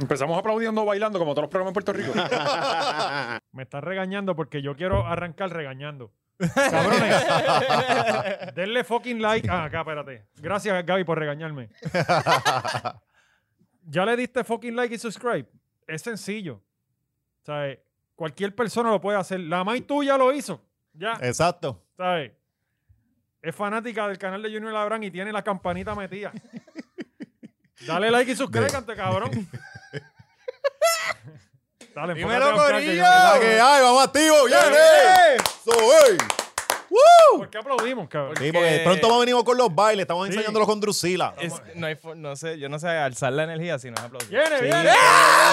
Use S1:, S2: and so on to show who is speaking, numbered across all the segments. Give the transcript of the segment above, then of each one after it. S1: Empezamos aplaudiendo, bailando, como todos los programas en Puerto Rico.
S2: Me estás regañando porque yo quiero arrancar regañando. Cabrones, denle fucking like. Ah, acá, espérate. Gracias, Gaby, por regañarme. ¿Ya le diste fucking like y subscribe? Es sencillo. ¿Sabes? Cualquier persona lo puede hacer. La May tuya lo hizo. Ya,
S3: Exacto.
S2: ¿sabes? Es fanática del canal de Junior Labran y tiene la campanita metida. Dale like y suscríbete, cabrón. Dale, enfócate
S4: Dímelo,
S2: en Frank, que yo-
S4: corillo.
S3: La que hay, vamos activo, bien, eh. So, eh.
S2: ¿Por qué aplaudimos, cabrón?
S3: Sí, porque
S4: Que-
S3: pronto vamos venimos con los bailes, estamos
S2: Sí.
S3: enseñándolos con Drusila.
S4: Es- no, hay, fo- no sé, yo no sé alzar la energía si no es aplaudir.
S2: ¡Viene, ¡Eh!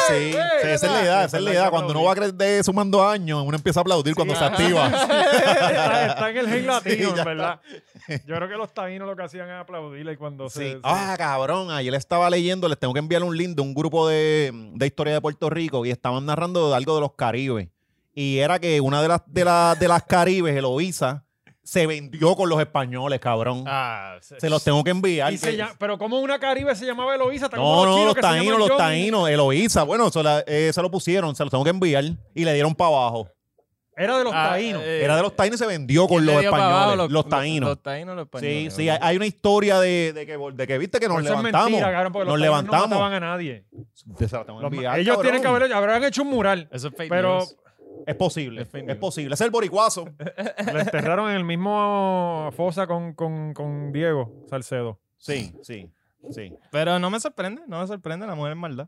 S3: Sí,
S2: viene!
S3: sí, sí, esa es la edad, esa es la edad. Cuando uno va cre- sumando años, uno empieza a aplaudir cuando se activa.
S2: está, está en el gen latino,
S3: ya
S2: en verdad. Yo creo que los taínos lo que hacían era aplaudirle cuando se-
S3: Sí.
S2: se...
S3: Ah, cabrón, ayer estaba leyendo, les tengo que enviar un link de un grupo de, de historia de Puerto Rico y estaban narrando de algo de los Caribes. Y era que una de las, de las, de las Caribes, Eloísa, se vendió con los españoles, cabrón.
S4: Ah, se-
S3: Se los tengo que enviar.
S2: Y se
S3: que-
S2: llama- pero como una caribe se llamaba Eloísa, Está como
S3: No, no,
S2: chinos
S3: los
S2: que se llaman
S3: taínos, los
S2: Johnny.
S3: taínos, Eloísa. Bueno, se, la- eh, se lo pusieron, se los tengo que enviar y le dieron para abajo.
S2: Era de los
S4: Ah,
S2: taínos.
S4: eh,
S3: Era de los taínos y se vendió con
S4: ¿quién le
S3: los
S4: dio para
S3: españoles,
S4: abajo?
S3: los, taínos.
S4: Los, taínos, los
S3: sí,
S4: españoles.
S3: sí, hay, hay una historia de, de que, de que viste que nos
S2: Pero eso es
S3: levantamos.
S2: mentira, cabrón, porque
S3: nos
S2: los taínos
S3: levantamos.
S2: no mataban a nadie.
S3: Te se la tengo que
S2: Los-
S3: enviar,
S2: ellos
S3: cabrón.
S2: tienen que haber, habrán hecho un mural.
S4: Eso es fake
S2: Pero
S4: news.
S3: Es posible,
S4: Es
S3: es,
S4: fake news.
S3: posible. Es el boricuazo.
S2: lo enterraron en el mismo fosa con, con, con Diego Salcedo.
S3: Sí, sí, sí.
S4: Pero no me sorprende, no me sorprende, la mujer es maldad.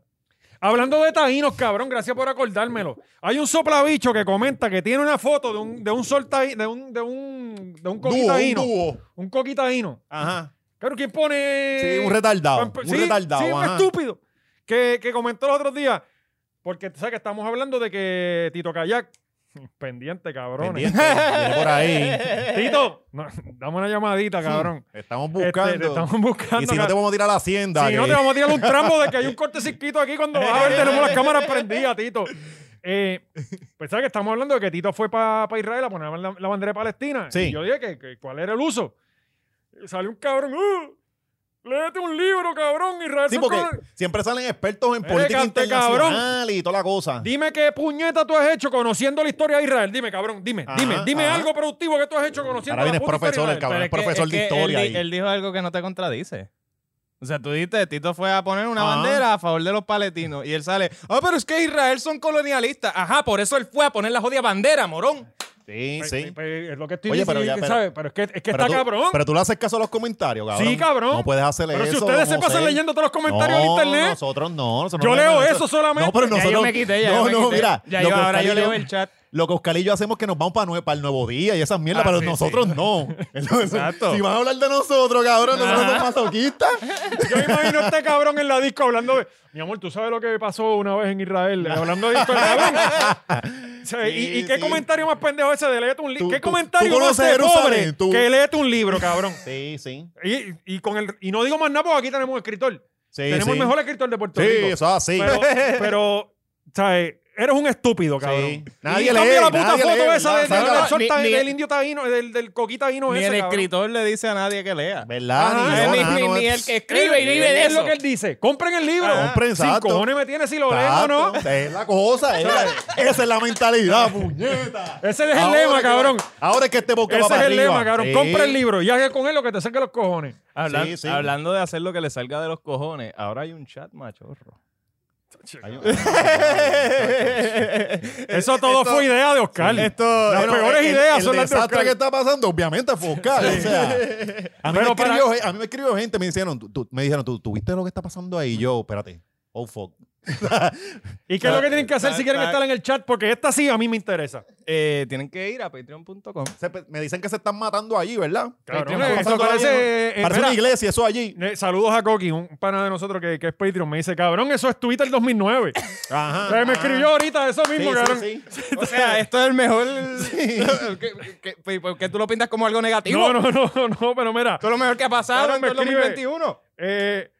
S2: Hablando de taínos, cabrón, gracias por acordármelo. Hay un soplabicho que comenta que tiene una foto de un, de un sol taí- de un, de un, de un
S3: Dúo, un
S2: coquitaíno.
S3: dúo.
S2: Un coquitaíno.
S3: Ajá.
S2: Claro, ¿quién pone...?
S3: Sí, un
S2: Pampe-
S3: retardado. Un
S2: Eh, pues, sí,
S3: retardado,
S2: sí, un
S3: ajá.
S2: estúpido. Que, que comentó los otros días. Porque, tú ¿sabes que estamos hablando de que Tito Kayak... Pendiente, cabrón.
S3: Pendiente, viene por ahí.
S2: Tito, no, dame una llamadita, cabrón.
S3: Estamos
S2: Este,
S3: buscando.
S2: te estamos buscando.
S3: y si no te
S2: cabrón.
S3: vamos a eh. tirar a la hacienda.
S2: Si no,
S3: que-
S2: te vamos a tirar un trampo de que hay un cortecito aquí
S3: Eh.
S2: cuando vas a ver, tenemos las cámaras prendidas, Tito. Eh, pues, ¿sabes que estamos hablando de que Tito fue para Israel a poner la, la bandera de Palestina?
S3: Sí.
S2: Y yo dije que, que cuál era el uso. Y sale un cabrón, ¡Uh! léete un libro, cabrón, Israel.
S3: Sí,
S2: fue
S3: porque
S2: colo-
S3: siempre salen expertos en
S2: Eh,
S3: política
S2: cante,
S3: internacional y toda la cosa.
S2: Dime qué puñeta tú has hecho conociendo la historia de Israel. Dime, cabrón, dime,
S3: Ajá,
S2: dime, dime
S3: ajá.
S2: algo productivo que tú has hecho conociendo
S3: Ah, Ahora
S2: la
S3: vienes
S2: puta historia
S3: profesor,
S2: de
S3: el
S2: Israel.
S3: cabrón. es profesor de historia
S4: Él, di-
S3: ahí.
S4: él dijo algo que no te contradice. O sea, tú dijiste, Tito fue a poner una
S3: Ajá.
S4: bandera a favor de los palestinos. Y él sale, ah, pero es que Israel son colonialistas. Ajá, por eso él fue a poner la jodida bandera, morón.
S3: Sí,
S2: Pues,
S3: sí.
S2: pues, es lo que estoy
S3: Oye, pero
S2: diciendo,
S3: ya, pero-
S2: ¿sabes? Pero es que, es que
S3: Pero
S2: está
S3: tú-
S2: cabrón.
S3: Pero tú le haces caso a los comentarios, cabrón.
S2: Sí, cabrón.
S3: No puedes hacerle
S2: Pero si
S3: eso,
S2: ustedes se
S3: José.
S2: pasan leyendo todos los comentarios en
S3: No,
S2: internet.
S3: Nosotros no. nosotros
S2: Yo
S3: no
S2: leo
S3: leemos
S2: eso solamente.
S3: No, pero
S2: Ya yo
S3: nosotros.
S4: me quité, ya
S3: no,
S4: yo me
S3: no,
S4: quité.
S3: mira.
S4: Ya
S3: lo
S4: yo-
S3: que
S4: ahora
S3: Oscar y
S4: yo leo el chat.
S3: Lo que Oscar y yo hacemos es que nos vamos para, para el nuevo día y esas mierdas,
S4: Ah,
S3: pero
S4: sí,
S3: nosotros
S4: sí.
S3: no. Entonces,
S4: Exacto.
S3: Si van a hablar de nosotros, cabrón, nosotros somos masoquistas.
S2: Yo me imagino a este cabrón en la disco hablando de. Mi amor, tú sabes lo que pasó una vez en Israel. eh, Hablando de historia, cabrón. O sea,
S3: Sí,
S2: y, y qué
S3: sí.
S2: comentario más pendejo ese de léete un libro?
S3: Tú-
S2: ¿Qué
S3: tú-
S2: comentario
S3: tú
S2: más
S3: conoces
S2: de pobre
S3: Jerusalén, tú.
S2: que léete un libro, cabrón?
S3: Sí, sí.
S2: Y, y con el, y no digo más nada porque aquí tenemos un escritor.
S3: Sí,
S2: tenemos
S3: sí.
S2: el mejor escritor de Puerto
S3: Sí,
S2: Rico.
S3: eso es así.
S2: Pero, pero, ¿sabes? Eres un estúpido, cabrón.
S3: Sí. Nadie
S2: y
S3: lee,
S2: cambia la puta
S3: nadie
S2: foto
S3: lee.
S2: esa de-
S3: Saca
S2: del,
S3: la-
S2: del sol
S4: ni-
S2: ta-
S4: ni-
S2: del indio taíno, del, del coquita taíno
S4: Ni
S2: ese,
S4: el
S2: cabrón.
S4: escritor le dice a nadie que lea.
S3: ¿Verdad?
S2: Ajá,
S3: yo,
S4: Ah, ni,
S3: nada,
S4: ni-
S3: no
S4: ni
S3: es-
S4: el que escribe y vive de
S2: Es
S4: eso.
S2: lo que él dice. Compren el libro.
S4: Ajá.
S3: Compren,
S2: Sin
S3: Ah, exacto.
S2: cojones me tiene si lo leen o no.
S3: Exacto, Es la cosa. es la- esa es la mentalidad, puñeta.
S2: Ese es el
S3: Ahora
S2: lema,
S3: que-
S2: cabrón.
S3: Ahora es que este boca
S2: Ese
S3: va
S2: es el
S3: para arriba.
S2: lema, cabrón.
S3: Sí.
S2: Compra el libro y haz con él lo que te saque los cojones.
S4: Hablan-
S3: Sí, sí.
S4: Hablando de hacer lo que le salga de los cojones, ahora hay un chat machorro.
S2: Eso todo fue idea de Oscar. las
S3: Bueno,
S2: peores
S3: el-
S2: ideas
S3: el
S2: son las de
S3: desastre
S2: Oscar.
S3: que está pasando, obviamente, fue Oscar. O sea, a, mí
S2: Pero
S3: me
S2: para-
S3: escribió, gen- a mí me escribió gente, me dijeron, tú- tú- me dijeron, ¿tú, tú viste lo que está pasando ahí? Y yo, espérate, oh fuck.
S2: ¿Y qué es lo que
S4: Está-
S2: tienen que hacer
S4: está-
S2: si quieren
S4: está-
S2: estar en el chat? Porque esta sí a mí me interesa.
S4: Eh, tienen que ir a patreon.com.
S3: Se pe- me dicen que se están matando allí, ¿verdad?
S2: Cabrón,
S4: Patreon, ¿qué
S2: eso
S3: pasando ahí,
S2: parece. eh,
S3: Parece
S2: mira,
S3: una iglesia eso allí.
S2: eh, saludos a Coqui, un pana de nosotros que, que es Patreon. Me dice, cabrón, eso es Twitter 2009. O sea,
S3: Ajá.
S2: me escribió ahorita eso mismo, cabrón.
S3: Ah, sí, sí,
S4: O sea, esto es el mejor. ¿Qué- qué- qué- ¿Por qué tú lo pintas como algo negativo?
S2: No, no, no, no, pero mira.
S4: Esto es lo mejor que ha pasado
S2: Cabrón,
S4: en
S2: me
S4: todo el
S2: escribe.
S4: 2021.
S2: Eh,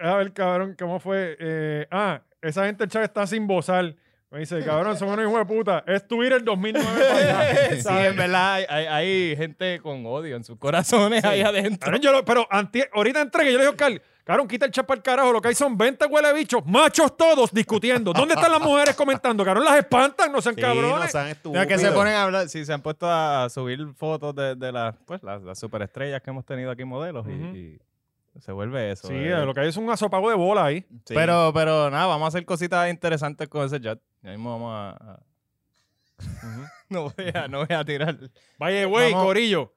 S2: a ver, cabrón, ¿cómo fue? Eh, ah, esa gente del chat está sin bozar. Me dice, cabrón, son unos hijos de puta. Es Twitter 2009 para allá.
S4: Ah, Sí, en verdad hay, hay- hay gente con odio en sus corazones ahí adentro.
S2: Cabrón, yo lo- pero antie- ahorita entré que yo le dije a Oscar, Cabrón, quita el chapa al carajo. Lo que hay son 20 huele bichos, machos todos discutiendo. ¿Dónde están las mujeres comentando? Cabrón, las espantan, no sean
S3: Sí, no
S2: cabrones.
S3: sean
S4: O sea, que se
S3: estúpidos.
S4: ponen a hablar, si se han puesto a, a subir fotos de, de las, pues, las, las superestrellas que hemos tenido aquí modelos y-
S2: Ujú.
S4: y, se vuelve eso.
S2: Sí,
S4: eh.
S2: lo que hay es un azopago de bola ahí.
S3: Sí.
S4: Pero, pero nada, vamos a hacer cositas interesantes con ese chat. Ya mismo vamos a... a- no, voy a no voy a tirar.
S2: Vaya, güey,
S4: Vamos.
S2: Corillo.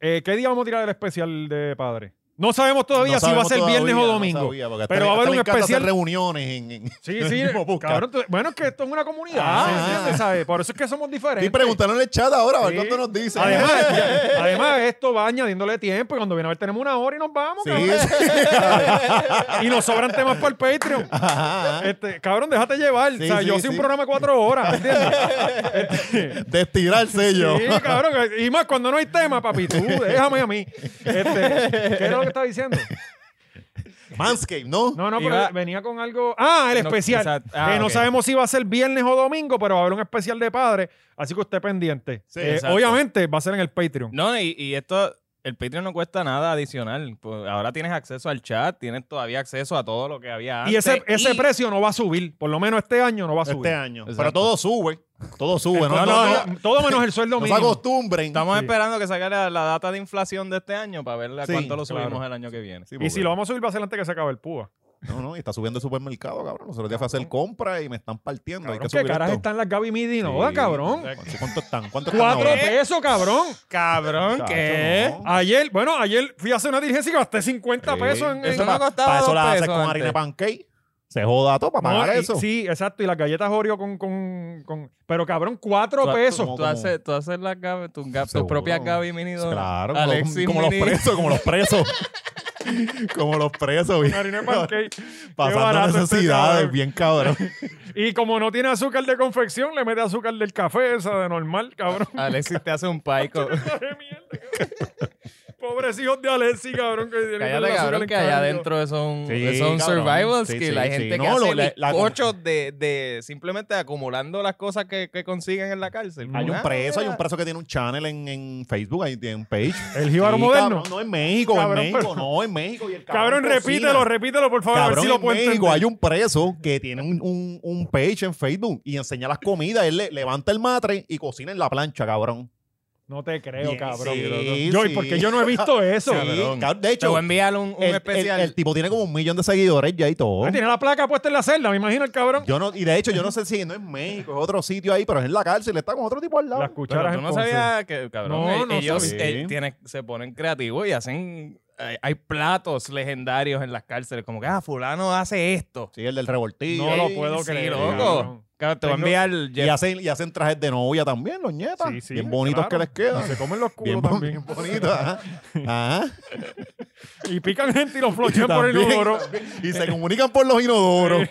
S2: Eh, ¿Qué día vamos a tirar el especial de padre? No sabemos todavía
S3: No
S2: si va a
S3: sabemos
S2: ser
S3: todavía,
S2: viernes o
S3: no
S2: domingo.
S3: sabía, porque hasta
S2: Pero va a
S3: le-
S2: haber
S3: hasta
S2: un
S3: le encanta hacer
S2: especial-
S3: reuniones en- en-
S2: Sí, sí.
S3: mismo podcast.
S2: cabrón, tú- bueno, es que esto es una comunidad.
S3: Ah,
S2: ¿sí
S3: ah,
S2: entiendes? ¿Sabes? Por eso es que somos diferentes.
S3: Y preguntaron en el chat ahora, a ver
S2: Sí.
S3: cuánto nos dicen.
S2: Además, ya- además, esto va añadiéndole tiempo y cuando viene a ver tenemos una hora y nos vamos.
S3: Sí,
S2: cabrón.
S3: sí.
S2: Y nos sobran temas para el Patreon.
S3: Ajá.
S2: Este, cabrón, déjate llevar.
S3: Sí,
S2: o sea,
S3: sí,
S2: yo soy un
S3: sí.
S2: programa de cuatro horas. ¿entiendes?
S3: De estirar el sello.
S2: Sí, cabrón. Y más cuando no hay tema, papi. Tú, déjame a mí. Este, ¿Qué era lo que estaba diciendo?
S3: Manscape, ¿no?
S2: No, no, pero
S4: Iba-
S2: venía con algo. Ah, el
S4: No,
S2: especial.
S4: exacto. Ah,
S2: que no
S4: ok.
S2: sabemos si va a ser viernes o domingo, pero va a haber un especial de padre. Así que usted pendiente.
S3: Sí,
S2: Eh,
S4: exacto.
S2: obviamente va a ser en el Patreon.
S4: No, y, y esto, el Patreon no cuesta nada adicional. Pues ahora tienes acceso al chat, tienes todavía acceso a todo lo que había antes.
S2: y ese, ese
S4: y-
S2: precio no va a subir. Por lo menos este año no va a subir.
S3: Este año.
S4: Exacto.
S3: Pero todo sube. Todo sube.
S2: No, no,
S3: No, no,
S2: no, todo menos el sueldo
S3: no se
S2: mínimo.
S3: acostumbren.
S4: Estamos
S2: Sí.
S4: esperando que salga la, la data de inflación de este año para ver a
S3: Sí,
S4: cuánto lo
S2: claro.
S4: subimos el año que viene.
S3: Sí,
S2: y
S3: porque-
S2: si lo vamos a subir va a ser antes que se acabe el púa.
S3: No, no, y está subiendo el supermercado, cabrón. Nosotros ya fue a hacer compras y me están partiendo.
S2: Cabrón,
S3: Hay que
S2: ¿Qué
S3: subir
S2: caras
S3: esto.
S2: están las Gaby Midi? No, da,
S3: Sí.
S2: cabrón.
S3: ¿Cuánto están? ¿Cuánto están
S2: Cuatro
S3: ahora?
S2: pesos, cabrón.
S4: Cabrón,
S3: Chacho,
S4: ¿qué?
S3: no.
S2: Ayer, bueno, ayer fui a hacer una diligencia y gasté 50
S3: Sí.
S2: pesos en,
S4: Eso
S2: en-
S4: no
S3: Pa-
S4: costaba
S3: pa' eso
S4: dos
S3: la haces
S4: pesos
S3: con harina de
S4: antes.
S3: pancake. Se joda todo para
S2: No,
S3: pagar
S2: y-
S3: eso.
S2: Sí, exacto. Y las galletas Oreo con. con, con- pero cabrón, cuatro
S4: Tú-
S2: pesos.
S4: Tú,
S3: como-
S4: haces, tú haces las Gaby- tus Gab- tus
S3: Seguro.
S4: propias Gaby Mini Donuts.
S3: Claro, como-
S4: Alexis
S3: como, los
S4: Mini-
S3: presos, como los presos. como los presos, bien.
S2: harina de pancake. Qué
S3: Pasando
S2: barato este
S3: necesidades,
S2: cabrón.
S3: bien cabrón.
S2: Y como no tiene azúcar de confección, le mete azúcar del café, esa de normal, cabrón.
S4: Alexis te hace un paico.
S2: Qué mierda, cabrón. Pobres hijos de Alexi, cabrón. Que tienen el
S4: Cállate,
S2: azúcar
S4: cabrón,
S2: en
S4: que allá
S2: cambio.
S4: adentro es un,
S3: Sí,
S4: eso es un
S3: cabrón.
S4: survival
S3: Sí,
S4: skill.
S3: sí,
S4: Hay
S3: sí.
S4: gente que
S3: No, lo-
S4: hace
S3: la- la-
S4: bizcochos de, de simplemente acumulando las cosas que, que consiguen en la cárcel.
S2: Hay
S3: Hay
S4: Ah,
S3: un preso, hay un
S4: mira.
S3: preso que tiene un channel en, en Facebook, ahí tiene un page.
S2: El jíbaro
S3: Sí,
S2: moderno.
S3: cabrón, no, en México,
S2: Cabrón,
S3: en México,
S2: pero-
S3: no, en México. Y el
S2: Cabrón,
S3: cocina.
S2: repítelo, repítelo, por favor, a ver
S3: Cabrón,
S2: si lo
S3: en
S2: puedo
S3: México
S2: entender.
S3: hay un preso que tiene un, un, un page en Facebook y enseña las comidas. Él le- levanta el matre y cocina en la plancha, cabrón.
S2: No te creo,
S3: Bien,
S2: cabrón.
S3: sí,
S2: yo,
S3: sí.
S2: porque yo no he visto eso.
S3: Sí, cabrón, de
S4: Te voy
S3: hecho,
S4: a enviar un, un
S3: el, el-
S4: especial.
S3: el tipo tiene como un millón de seguidores ya y todo.
S2: Ah, Tiene la placa puesta en la celda, me imagino el cabrón.
S3: Yo no, y de hecho, yo no sé si no es México, es otro sitio ahí, pero es en la cárcel, está con otro tipo al lado.
S2: Las
S4: Pero
S2: cucharas
S4: tú no
S2: en
S4: sabías que, cabrón,
S2: No,
S4: eh,
S2: no
S4: ellos
S3: sabía.
S4: eh, tienen- se ponen creativos y hacen... Hay, hay platos legendarios en las cárceles, como que, ah, fulano hace esto.
S3: Sí, el del revoltillo.
S2: No
S3: Sí,
S2: lo puedo
S4: sí,
S2: creer.
S4: loco.
S2: cabrón.
S4: Claro, te voy a
S2: Tengo-
S4: enviar...
S3: Y hacen, y hacen trajes de novia también, los nietas.
S2: Sí, sí,
S3: bien bonitos
S2: claro.
S3: que les
S2: Se
S3: quedan.
S2: comen los
S3: Bien,
S2: culos
S3: bon-
S2: también.
S3: bien bonitos. ajá. Ajá.
S2: Y pican gente y los flochean por el
S3: También,
S2: inodoro.
S3: también. Y se comunican por los inodoros.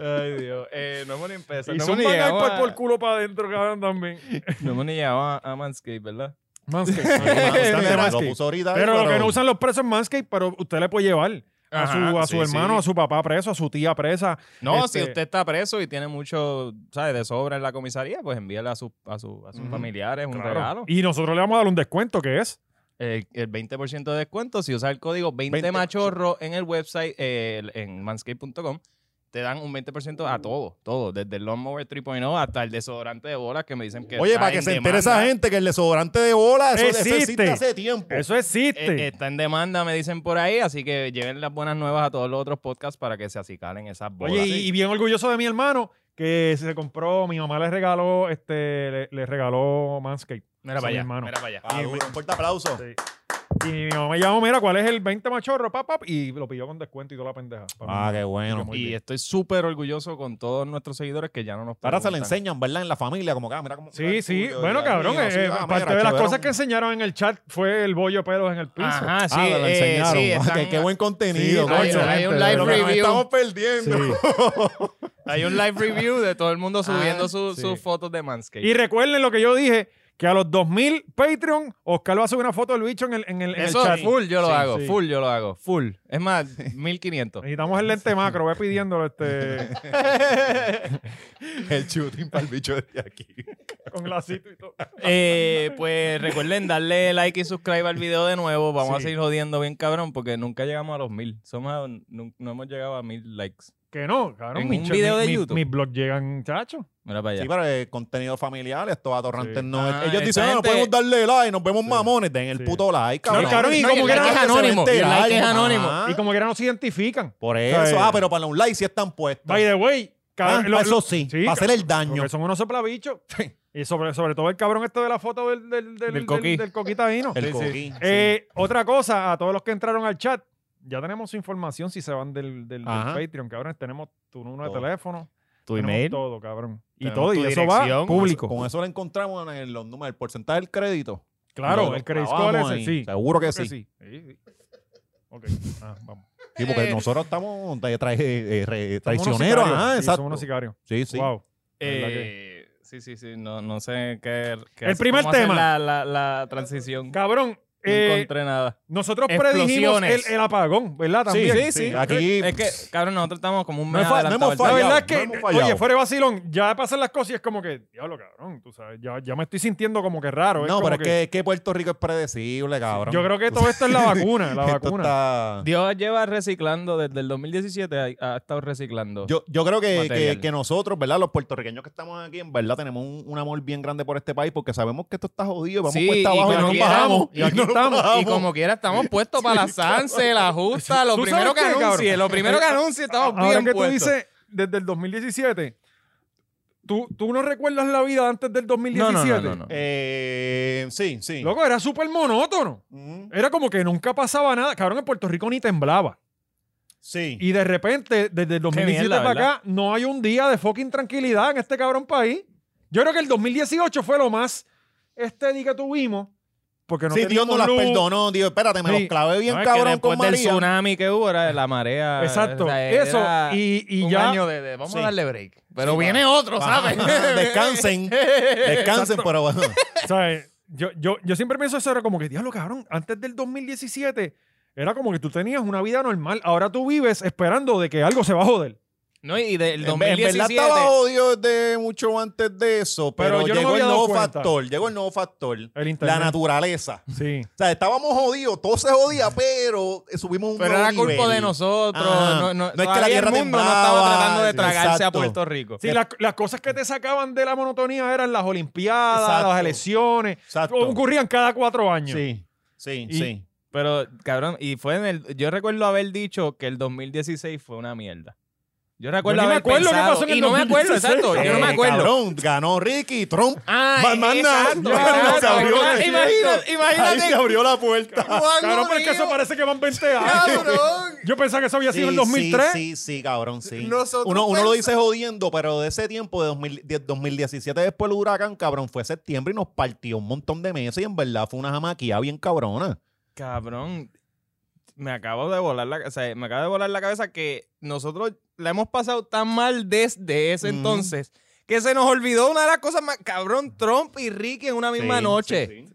S4: Ay, Dios. Eh, no hemos ni empezado.
S2: Y
S4: No "Ah". hemos
S2: zumban
S4: ni
S2: ahí
S4: llegado
S2: por, por
S4: a,
S2: culo para adentro, cabrón, también.
S4: no hemos ni llegado a, a Manscaped, ¿verdad?
S2: Manscaped.
S3: Lo puso ahorita eh, ahí,
S2: Pero lo que no usan los presos es Manscaped, pero usted le puede llevar a su,
S4: Ajá,
S2: a su
S4: sí,
S2: hermano,
S4: sí.
S2: a su papá preso, a su tía presa.
S4: No,
S2: Este-
S4: si usted está preso y tiene mucho, ¿sabes? De sobra en la comisaría, pues envíale a, su- a, su- a sus
S3: Ujú.
S4: familiares un
S2: Claro.
S4: regalo.
S2: Y nosotros le vamos a dar un descuento, que es?
S4: El, el 20% de descuento, si usa el código
S3: 20%.
S4: 20machorro en el website, eh, el- en manscaped.com, te dan un 20% a todo, todo, desde el lawnmower 3.0 hasta el desodorante de bolas que me dicen que
S3: Oye,
S4: está
S3: para que
S4: en
S3: se entere esa
S4: demanda.
S3: gente que el desodorante de bola, eso eso existe,
S2: Existe.
S3: hace tiempo.
S2: Eso existe.
S4: Eh, está en demanda, me dicen por ahí, así que lleven las buenas nuevas a todos los otros podcasts para que se acicalen esas bolas.
S2: Oye, y, y bien orgulloso de mi hermano que se compró, mi mamá le regaló, este, le, le regaló Manscaped.
S4: mira
S2: mi
S4: para allá,
S2: hermano.
S4: mira para allá.
S3: Ah, duro, un fuerte aplauso.
S2: Sí. Y mi mamá me llamó, mira, ¿cuál es el 20 machorro, papá? Y lo pidió con descuento y toda la pendeja.
S3: Ah, qué bueno.
S2: Muy
S4: Y
S2: bien.
S4: estoy súper orgulloso con todos nuestros seguidores que ya no nos
S3: Ahora se lo
S4: preguntan.
S3: enseñan, ¿verdad? En la familia, como que, ah, mira cómo.
S2: Sí, sí. Bueno, cabrón,
S3: Mira, sí,
S2: eh,
S3: ah, mira,
S2: parte de las
S3: chéverón.
S2: cosas que enseñaron en el chat fue el bollo de pelos en el piso.
S4: Ajá, sí,
S3: Ah, lo
S4: eh,
S3: enseñaron.
S4: sí,
S3: Ah,
S4: están-
S3: qué, qué buen contenido,
S2: Sí,
S4: hay-
S3: coño.
S4: hay un
S3: Lo que
S4: live
S3: nos
S4: review.
S3: estamos perdiendo.
S4: Hay un live review de todo el mundo subiendo su-
S2: sí.
S4: sus fotos de Manscaped.
S2: Y recuerden lo que yo dije, que a los 2000 Patreon, Oscar va a subir una foto del bicho en el, en el, en el
S4: Eso
S2: chat.
S4: full yo lo
S2: Sí,
S4: hago,
S2: sí.
S4: full yo lo hago, full. Es más, 1500.
S2: Necesitamos el lente macro, ve pidiéndolo este,
S3: El shooting para el bicho de aquí.
S2: con glacito y todo.
S4: Eh, pues recuerden darle like y subscribe al video de nuevo. Vamos a
S2: Sí.
S4: seguir jodiendo bien cabrun porque nunca llegamos a los mil. Somos a- nu- no hemos llegado a mil likes.
S2: Que no, cabrón.
S4: En
S2: mis
S4: un
S2: ch-
S4: video
S2: mi-
S4: de
S2: mi-
S4: YouTube.
S2: Mis blogs llegan, chacho.
S4: Mira para allá.
S3: Sí, pero eh, contenido familiar, esto a Torrantes
S2: Sí.
S3: no.
S4: Ah,
S3: ellos dicen,
S4: esa
S3: "Ah, no
S4: gente-
S3: podemos darle like, nos vemos mamones, den el
S2: Sí.
S3: puto like,
S2: No,
S3: cabrón.
S2: cabrón, y
S4: No,
S2: como
S4: el
S2: que
S4: like
S2: era-
S4: es anónimo.
S3: Que se
S4: el
S3: vente
S4: like es
S3: algo,
S4: anónimo.
S3: ajá.
S2: Y como que era, no se identifican.
S3: Por eso,
S2: Ay.
S3: ah, pero para un like sí están puestos.
S2: By the way,
S3: Ah,
S2: cabrón, lo-
S3: eso sí,
S2: sí,
S3: para hacer el daño.
S2: Porque son unos soplabichos. Y sobre, sobre todo el cabrón esto de la foto del, del, del,
S4: Del coquí.
S2: coquita vino.
S3: El
S4: Sí, sí.
S3: coquín.
S2: Eh, Otra cosa, a todos los que entraron al chat, ya tenemos su información si se van del, del, del
S3: Ajá.
S2: Patreon, cabrón. Tenemos tu número
S3: Todo.
S2: de teléfono.
S4: tu
S2: tenemos
S4: email.
S2: Todo, cabrón. Y
S4: Tenemos
S2: todo,
S4: tu
S2: y eso
S4: dirección.
S2: va
S3: Con eso-
S2: público.
S3: Con eso lo encontramos en los números, el porcentaje del crédito.
S2: Claro,
S3: Lo
S2: el credit
S3: clavamos
S2: score ese,
S3: ahí.
S2: sí.
S3: Seguro que
S2: Creo que
S3: sí.
S2: sí. Sí, sí. Ok, ah, vamos.
S3: Sí, porque nosotros estamos tra- tra- eh, re-
S2: Somos unos
S3: traicioneros.
S2: sicarios.
S3: Ajá,
S2: Sí,
S3: exacto.
S2: somos unos sicarios.
S3: Sí, sí.
S2: Wow. ¿Verdad
S4: Eh, sí, sí, sí. No, no sé qué. qué
S2: El
S4: hacer-
S2: primer
S4: cómo hacer
S2: tema.
S4: La, la, la transición. No
S2: Cabrón, eh,
S4: encontré nada.
S2: nosotros predijimos el,
S4: Explosiones.
S2: el apagón, ¿verdad? También.
S3: Sí, sí. Aquí
S4: Es que, cabrón, nosotros estamos como un
S3: No
S4: mes
S3: he fa- no
S4: adelantados
S3: hemos
S4: al
S2: La
S4: tiempo.
S3: fallado.
S2: verdad es que,
S3: no hemos fallado.
S2: oye, fuera de vacilón, ya pasan las cosas y es como que, diablo, cabrón, tú sabes, ya, ya me estoy sintiendo como que raro. es
S3: no,
S2: como
S3: pero es que, es que Puerto Rico es predecible, cabrón.
S2: Yo creo que todo esto es la vacuna, la
S3: Esto
S2: vacuna.
S3: está-
S4: Dios lleva reciclando desde el 2017, ha, ha estado reciclando.
S3: Yo, yo creo que,
S4: Material.
S3: que- que nosotros, ¿verdad? Los puertorriqueños que estamos aquí, en verdad, tenemos un, un amor bien grande por este país porque sabemos que esto está jodido. Vamos
S4: Sí,
S3: cuesta
S4: y
S3: abajo y,
S4: cuando
S3: no nos
S4: quieran,
S3: bajamos.
S2: y aquí
S3: no nos
S2: estamos, y
S4: y
S3: bajamos.
S4: como quiera, estamos puestos para la Sanse, la Justa, lo
S2: ¿Tú
S4: primero que
S2: sabes qué,
S4: anuncie,
S2: cabrón?
S4: lo primero que
S3: Eh,
S4: anuncie, estamos
S2: Ah, Ahora
S4: bien
S2: que tú
S4: puestos.
S2: dices, desde el 2017, ¿tú, tú no recuerdas la vida antes del 2017?
S3: Eh, sí, sí.
S2: Loco, era súper monótono.
S3: Mm,
S2: Era como que nunca pasaba nada. Cabrón, en Puerto Rico ni temblaba.
S3: sí.
S2: Y de repente, desde el 2017
S4: mierda,
S2: para acá, no hay un día de fucking tranquilidad en este cabrón país. Yo creo que el 2018 fue lo más este día que tuvimos. Porque no
S3: sí, Dios
S2: teníamos
S3: nos las
S2: luz.
S3: perdonó. Dios, espérate, me
S2: Sí.
S3: los clavé bien
S4: No, es que
S3: cabrón
S4: después
S3: con
S4: del
S3: María.
S4: tsunami que hubo, era la marea. eh,
S2: Exacto.
S4: o sea,
S2: Eso.
S4: era
S2: Y, y
S4: un
S2: ya.
S4: año de, de- vamos
S3: Sí.
S4: a darle break. Pero viene otro, ¿sabes?
S3: Ajá, Descansen. Descansen, pero bueno.
S2: o sea, yo, yo, yo siempre pienso eso, era como que, diablo, cabrón, antes del 2017 era como que tú tenías una vida normal. Ahora tú vives esperando de que algo se va a joder.
S4: No, y del
S3: En ve- en
S4: 2017.
S3: verdad estaba odio desde mucho antes de eso,
S2: Pero
S3: pero,
S2: yo no me
S3: llegó el
S2: había dado
S3: nuevo
S2: cuenta.
S3: factor. Llegó el nuevo factor.
S2: El internet.
S3: La naturaleza.
S2: Sí.
S3: O sea, estábamos jodidos, todo se jodía, pero subimos un
S4: Pero
S3: nuevo
S4: era culpa
S3: nivel.
S4: de nosotros.
S3: Ajá.
S4: No, no,
S3: No es que la
S4: todavía
S3: tierra
S4: el mundo no
S3: temblaba,
S4: estaba tratando de
S3: sí,
S4: tragarse a
S3: exacto.
S4: Puerto Rico.
S2: Sí, las, las cosas que te sacaban de la monotonía eran las Olimpiadas, las
S3: Exacto.
S2: elecciones.
S3: Exacto.
S2: Ocurrían cada cuatro años.
S3: Sí, sí,
S2: Y-
S3: sí.
S4: Pero, cabrón, y fue en el. Yo recuerdo haber dicho que el 2016 fue una mierda. Yo recuerdo
S2: Yo ni me
S4: haber
S2: acuerdo qué
S4: pensado-
S2: pasó en el
S4: y no me acuerdo,
S2: 2016.
S4: exacto. Yo no me
S3: Eh,
S4: acuerdo.
S3: Cabrón, ganó Ricky Trump.
S4: Ah,
S3: Más- más nada.
S4: exacto,
S3: Cabrón, se
S4: exacto.
S3: abrió la-
S4: Imagínate,
S3: Ahí se
S4: imagínate.
S3: abrió la puerta.
S4: Juan
S2: Cabrón, pero es que eso
S4: Gorillo,
S2: parece que van 20 años.
S4: Cabrón.
S2: Yo pensaba que eso había sido
S3: Sí,
S2: en 2003.
S3: Sí, sí, sí, cabrón, sí.
S4: Nosotros
S3: uno uno lo
S4: pensa-
S3: dice jodiendo, pero de ese tiempo de 2010 2017, después del huracán, cabrón, fue septiembre y nos partió un montón de meses y en verdad fue una jamaquía bien cabrona.
S4: Cabrón, me acabo de volar la, o sea, me acaba de volar la cabeza que nosotros la hemos pasado tan mal desde ese
S3: Ujú.
S4: entonces que se nos olvidó una de las cosas más. Cabrón, Trump y Ricky en una misma
S3: Sí,
S4: noche.
S3: sí, sí.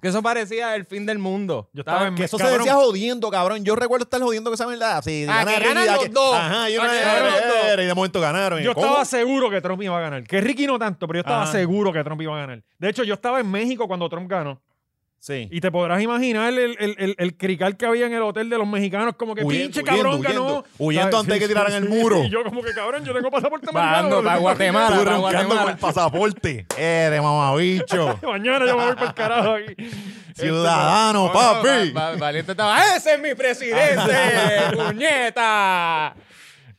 S4: Que eso parecía el fin del mundo.
S2: Yo estaba en
S3: Que eso se
S2: Cabrón.
S3: decía jodiendo, cabrón. Yo recuerdo estar jodiendo que esa verdad. Sí,
S4: Ah, que ganan los dos.
S3: Ajá, yo
S4: Ah,
S3: no
S4: que ganan los dos.
S3: Y de momento ganaron.
S2: Yo
S3: ¿Cómo? Ah.
S2: estaba seguro que Trump iba a ganar. Que Ricky no tanto, pero yo estaba
S3: Ajá.
S2: seguro que Trump iba a ganar. De hecho, yo estaba en México cuando Trump ganó.
S3: Sí.
S2: Y te podrás imaginar el, el, el, el crical que había en el hotel de los mexicanos, como que
S3: Huyendo,
S2: pinche
S3: huyendo,
S2: cabrón
S3: huyendo.
S2: ganó.
S3: Huyendo
S2: ¿Sabes?
S3: antes de que tiraran el muro.
S2: Y yo, como que cabrón, yo tengo pasaporte
S4: Bajando
S2: americano.
S4: para Guatemala,
S3: Tú
S4: para
S3: roncando con
S4: Guatemala. Eh,
S3: el pasaporte. Eres mamabicho.
S2: Mañana yo me voy para el carajo aquí. Este,
S3: Este Ciudadano,
S4: Bueno,
S3: papi.
S4: va- va- Valiente estaba, ¡ese es mi presidente! ¡Puñeta!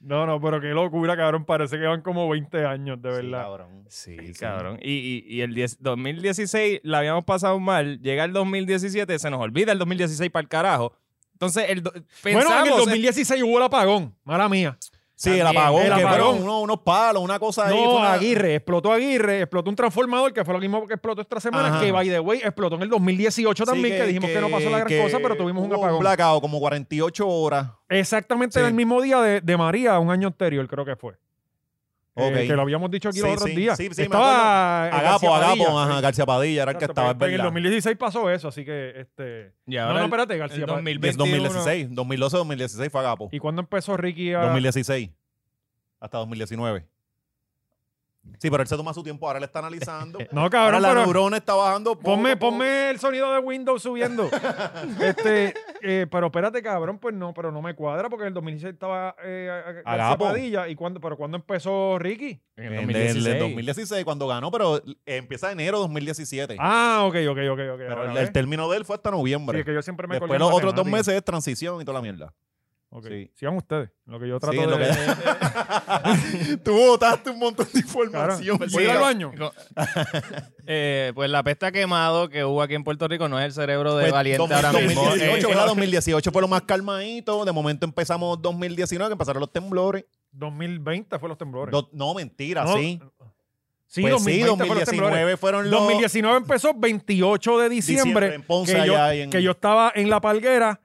S2: No, no, pero qué locura, cabrón. Parece que van como 20 años, de
S3: Sí,
S2: verdad.
S3: cabrón.
S4: Sí,
S3: Sí, sí.
S4: cabrón. Y, y- y el 10 2016 la habíamos pasado mal. Llega el 2017, se nos olvida el 2016 para el carajo. Entonces, el do- pensamos... eh.
S2: bueno, en el 2016 hubo el apagón. Mala mía.
S3: Sí, el
S4: También,
S3: apagón.
S2: el
S3: que
S2: apagón.
S3: fueron unos, unos palos, una cosa ahí. fue
S2: No, ah,
S3: una-
S2: Aguirre, explotó Aguirre, explotó un transformador que fue lo mismo que explotó esta semana,
S3: Ajá.
S2: que by the way explotó en el 2018
S3: Sí,
S2: también, que, dijimos que, no pasó la gran
S3: que
S2: cosa, pero tuvimos un
S3: hubo
S2: apagón.
S3: Un blackout, como 48 horas.
S2: Exactamente
S3: Sí.
S2: en el mismo día de, de María, un año anterior creo que fue. eh,
S3: Ok.
S2: que lo habíamos dicho aquí
S3: Sí,
S2: los otros
S3: sí,
S2: días.
S3: sí, sí, me
S2: estaba
S3: Agapo,
S2: Eh, García
S3: Agapo,
S2: Padilla.
S3: ajá, García Padilla era el que
S2: Exacto,
S3: estaba, es
S2: pero En el
S3: verdad.
S2: 2016 pasó eso, así que este.
S4: Y
S2: No,
S4: ahora
S2: no,
S4: el-
S2: espérate,
S4: el,
S2: García. Padilla.
S4: 2021,
S3: 2016, 2012, 2016 fue Agapo.
S2: ¿Y cuándo empezó Ricky a.?
S3: 2016 hasta 2019. Sí, pero él se toma su tiempo, ahora le está analizando.
S2: No,
S3: ahora
S2: cabrón,
S3: la
S2: pero.
S3: neurona está bajando. poco a
S2: Ponme,
S3: poco.
S2: ponme el sonido de Windows subiendo. este, eh, pero espérate, cabrón, pues no, pero no me cuadra porque en el 2016 estaba eh, a- a- García
S3: Agapo.
S2: Padilla. ¿Y cuándo, pero cuándo empezó Ricky?
S4: En
S3: En
S4: el
S3: el
S4: 2016.
S3: 2016. cuando ganó, pero empieza enero 2017.
S2: Ah, ok, ok, ok, ok.
S3: pero
S2: ahora
S3: el,
S2: ves.
S3: el término de él fue hasta
S2: Sí,
S3: noviembre.
S2: es que yo siempre me colgué
S3: Después
S2: en
S3: los otros dos
S2: matemáticas.
S3: meses es transición y toda la mierda.
S2: Ok,
S3: sí.
S2: Sigan ustedes. Lo que yo trato
S3: Sí, es lo
S2: de.
S3: que- Tú botaste un montón de información.
S2: Cabrón,
S4: Sí,
S2: Voy al
S4: lo-
S2: baño.
S4: co- Eh, pues la pesta quemado que hubo aquí en Puerto Rico no es el cerebro de
S3: Fue
S4: Valiente
S3: 2000-
S4: ahora mismo.
S3: 2018,
S4: Eh,
S3: ¿verdad? 2018 fue lo más calmadito. De momento empezamos 2019, que empezaron los temblores.
S2: 2020 fue los temblores.
S3: Do- no, mentira,
S2: No,
S3: sí.
S2: Sí,
S3: Pues
S2: 2020
S3: sí,
S2: fue los temblores.
S3: 2019 fueron los.
S2: 2019 empezó 28 de diciembre,
S3: Diciembre, en Ponce,
S2: que, yo,
S3: allá en-
S2: que yo estaba en La Palguera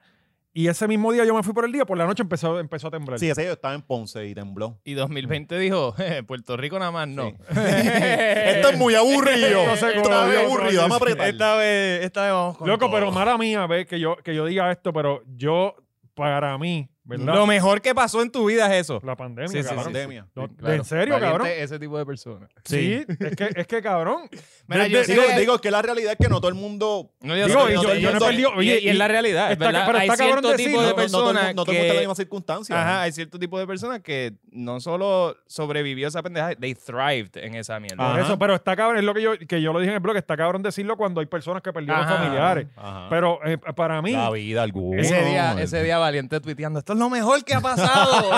S2: y ese mismo día yo me fui por el día, por la noche empezó, empezó a temblar.
S3: Sí, ese yo estaba en Ponce y tembló.
S4: y 2020 dijo, "Eh, Puerto Rico nada más no.
S3: Sí. Esto es muy aburrido.
S2: No Eh, sé
S3: Esto es
S2: cómo
S3: muy
S2: Dios,
S3: aburrido. Vamos a apretar.
S4: Esta vez, esta vez vamos con
S2: Loco,
S4: todo.
S2: pero mala mía, ve que yo, que yo diga esto, pero yo, para mí, ¿verdad?
S4: Lo mejor que pasó en tu vida es eso.
S2: la pandemia,
S4: Sí, sí,
S2: cabrón.
S4: sí, sí.
S3: Pandemia.
S2: No,
S4: Sí, claro.
S2: ¿En serio,
S4: Valiente
S2: cabrón?
S4: ese tipo de persona.
S2: Sí, es, que, es que cabrón.
S4: Mira,
S2: Desde-
S4: yo sé
S3: Digo,
S4: que-
S3: digo que la realidad es que no todo el mundo.
S4: No, yo
S2: Digo,
S4: sé,
S2: y
S4: yo
S2: yo-
S4: sé,
S2: yo no
S4: sé.
S2: he perdido-
S4: Y,
S2: oye,
S4: y es la realidad,
S2: está-
S4: ¿verdad?
S2: pero
S4: hay
S2: está cabrón
S4: cierto
S2: decir,
S4: tipo
S3: no-
S4: de
S3: no todo el
S4: personas
S3: mundo- no todo el mundo está en
S4: que...
S3: las mismas circunstancias.
S4: Ajá, hay cierto tipo de personas que no solo sobrevivió a esa pendeja, they thrived en esa mierda.
S2: Por
S3: Ajá.
S2: eso, pero está cabrón, es lo que yo, que yo lo dije en el blog, está cabrón decirlo cuando hay personas que perdieron
S4: Ajá.
S2: familiares.
S3: Ajá. Ah.
S2: Pero eh, para mí,
S3: la vida, alguna.
S4: Ese día, ese día Valiente tuiteando, esto es lo mejor que ha pasado.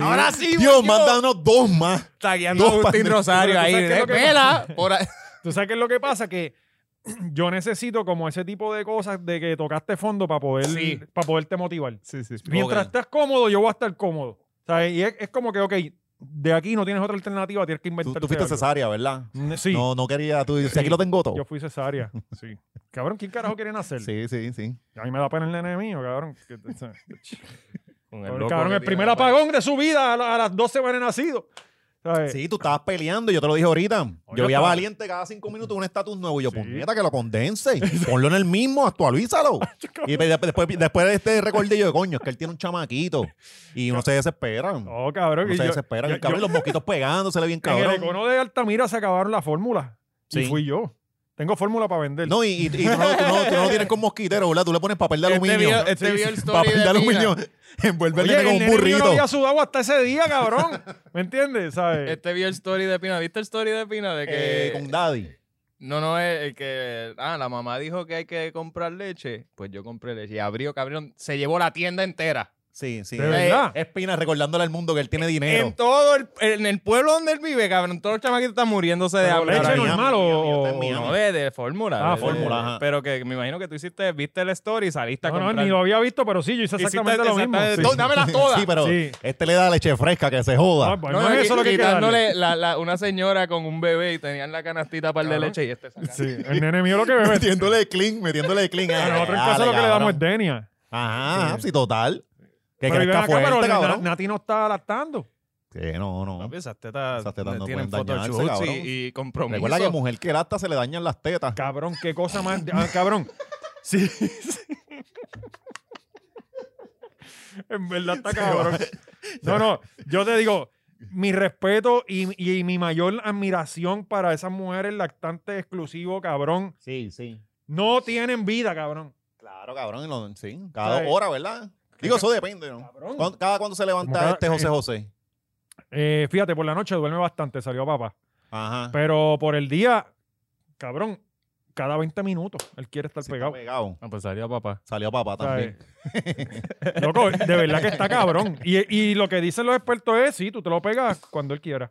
S4: Ahora sí,
S3: Dios,
S4: voy yo".
S3: mándanos dos más.
S4: Tagueando a
S3: Dos
S4: Agustín
S3: pandemias.
S4: Rosario
S2: Pero tú
S4: ahí.
S2: sabes qué es
S4: de
S2: lo que-
S4: Vela. por ahí.
S2: ¿Tú sabes qué es lo que pasa? Que yo necesito como ese tipo de cosas de que tocaste fondo para poder,
S4: Sí.
S2: para poderte motivar. Mientras
S3: Ok.
S2: estás cómodo, yo voy a estar cómodo. O sea, y es, es como que, ok, de aquí no tienes otra alternativa, tienes que
S3: Tú,
S2: inventar.
S3: tú fuiste cesárea, ¿verdad?
S2: Sí,
S3: No, no quería. Tú dices, aquí lo tengo todo.
S2: yo fui cesárea. Sí. Cabrón, ¿quién carajo quiere nacer?
S3: Sí, Pues sí, sí.
S2: A mí me da pena el nene mío, cabrón. Que- o sea,
S4: Con
S2: cabrón,
S4: loco
S2: cabrón,
S4: que
S2: el
S4: tiene
S2: primer
S4: la
S2: apagón de su vida a, la- a las 12 semanas de nacido. ¿Sabes?
S3: Sí, tú estabas peleando, yo te lo dije ahorita.
S2: Oiga,
S3: Yo vi a
S2: pa-
S3: Valiente cada cinco minutos un estatus nuevo y yo,
S2: Sí.
S3: puñeta, que lo condense. Ponlo en el mismo, actualízalo. y pe- después, después de este recordé yo, coño, es que él tiene un chamaquito. Y uno se desespera. Uno
S2: No, cabrón. y
S3: se
S2: yo-
S3: desespera.
S2: yo-
S3: bien cabrón,
S2: yo-
S3: y los moquitos pegándosele bien
S2: en el
S3: cabrón.
S2: econo de Altamira se acabaron las fórmulas. Y
S3: Sí.
S2: fui yo. Tengo fórmula para vender.
S3: No, y, y- y tú, no, tú no- tú no lo tienes con mosquitero, ¿verdad? Tú le pones papel de
S4: Este
S3: aluminio.
S4: vio- este vio el story
S3: papel
S4: de
S3: de aluminio.
S2: Oye,
S3: Envuelve el
S2: el
S3: nene con un
S2: nene mío no
S3: burrito.
S2: había sudado hasta ese día, cabrón. ¿Me entiendes? ¿Sabes?
S4: Este vio el story de Pina. ¿Viste el story de Pina? De que.
S3: Eh, con Daddy.
S4: No, no, es el que. Ah, la mamá dijo que hay que comprar leche. Pues yo compré leche. Y abrió, cabrón. Se llevó la tienda entera.
S3: Sí, sí.
S2: ¿De
S3: Eh,
S2: verdad?
S3: Espina recordándole al mundo que él tiene dinero.
S4: En todo el, en el pueblo donde él vive, cabrón. Todos los chamaquitos están muriéndose de
S2: Pero
S4: hambre.
S2: leche
S4: ahora mismo.
S2: normal o.
S3: Está en Miami.
S4: No, de, de fórmula.
S2: Ah,
S4: de-
S3: fórmula,
S4: de-
S3: ajá.
S4: Pero que me imagino que tú hiciste, viste el story y saliste a
S2: No, no,
S4: comprar.
S2: ni lo había visto, pero sí, yo hice
S4: Hiciste
S2: exactamente lo mismo.
S4: exactamente-
S2: Sí.
S4: Todo- Dámela toda.
S3: Sí, pero
S2: Sí.
S3: este le da leche fresca, que se joda.
S2: Ah, pues,
S4: No,
S2: no
S4: no,
S2: es eso lo que hay que darle.
S4: quitándole la, la- una señora con un bebé y tenían la canastita par de
S2: Claro.
S4: leche y este sacando.
S2: Sí, el nene mío lo que bebe.
S3: metiéndole clean, metiéndole clean.
S2: A
S3: Eh,
S2: nosotros en
S3: dale,
S2: casa lo que le damos
S3: cabrón.
S2: es denia.
S3: Ajá, sí, total. Que
S2: Pero y ven
S3: crezca
S2: acá, pero
S3: fuerte,
S2: Na-
S3: cabrón.
S2: Nati no está lactando.
S3: Sí, no, no.
S4: Papi, esas tetas
S3: Esas tetas no
S4: tienen
S3: pueden dañarse,
S4: photoshoots
S3: cabrón.
S4: y, y compromiso.
S3: Recuerda que mujer que lacta se le dañan las tetas.
S2: Cabrón, qué cosa más. ah, cabrón. Sí. en verdad está cabrón. No, no, yo te digo, mi respeto y, y mi mayor admiración para esas mujeres lactantes exclusivo, cabrón.
S3: Sí, sí.
S2: No tienen vida, cabrón.
S3: Claro, cabrón. y lo- sí, cada
S2: Ay.
S3: hora, ¿verdad? Digo, eso depende, ¿no?
S2: Cabrón.
S3: ¿Cuán- ¿Cada cuándo se levanta
S2: Como cada-
S3: este José José?
S2: Eh, fíjate, por la noche duerme bastante, salió papá.
S3: Ajá.
S2: Pero por el día, cabrón, cada 20 minutos él quiere estar
S3: Sí, está
S2: pegado.
S3: pegado.
S4: Ah, pues salió papá.
S3: Salió papá también.
S2: ¿Sabes? Loco, de verdad que está cabrón. Y, y lo que dicen los expertos es, sí, tú te lo pegas cuando él quiera.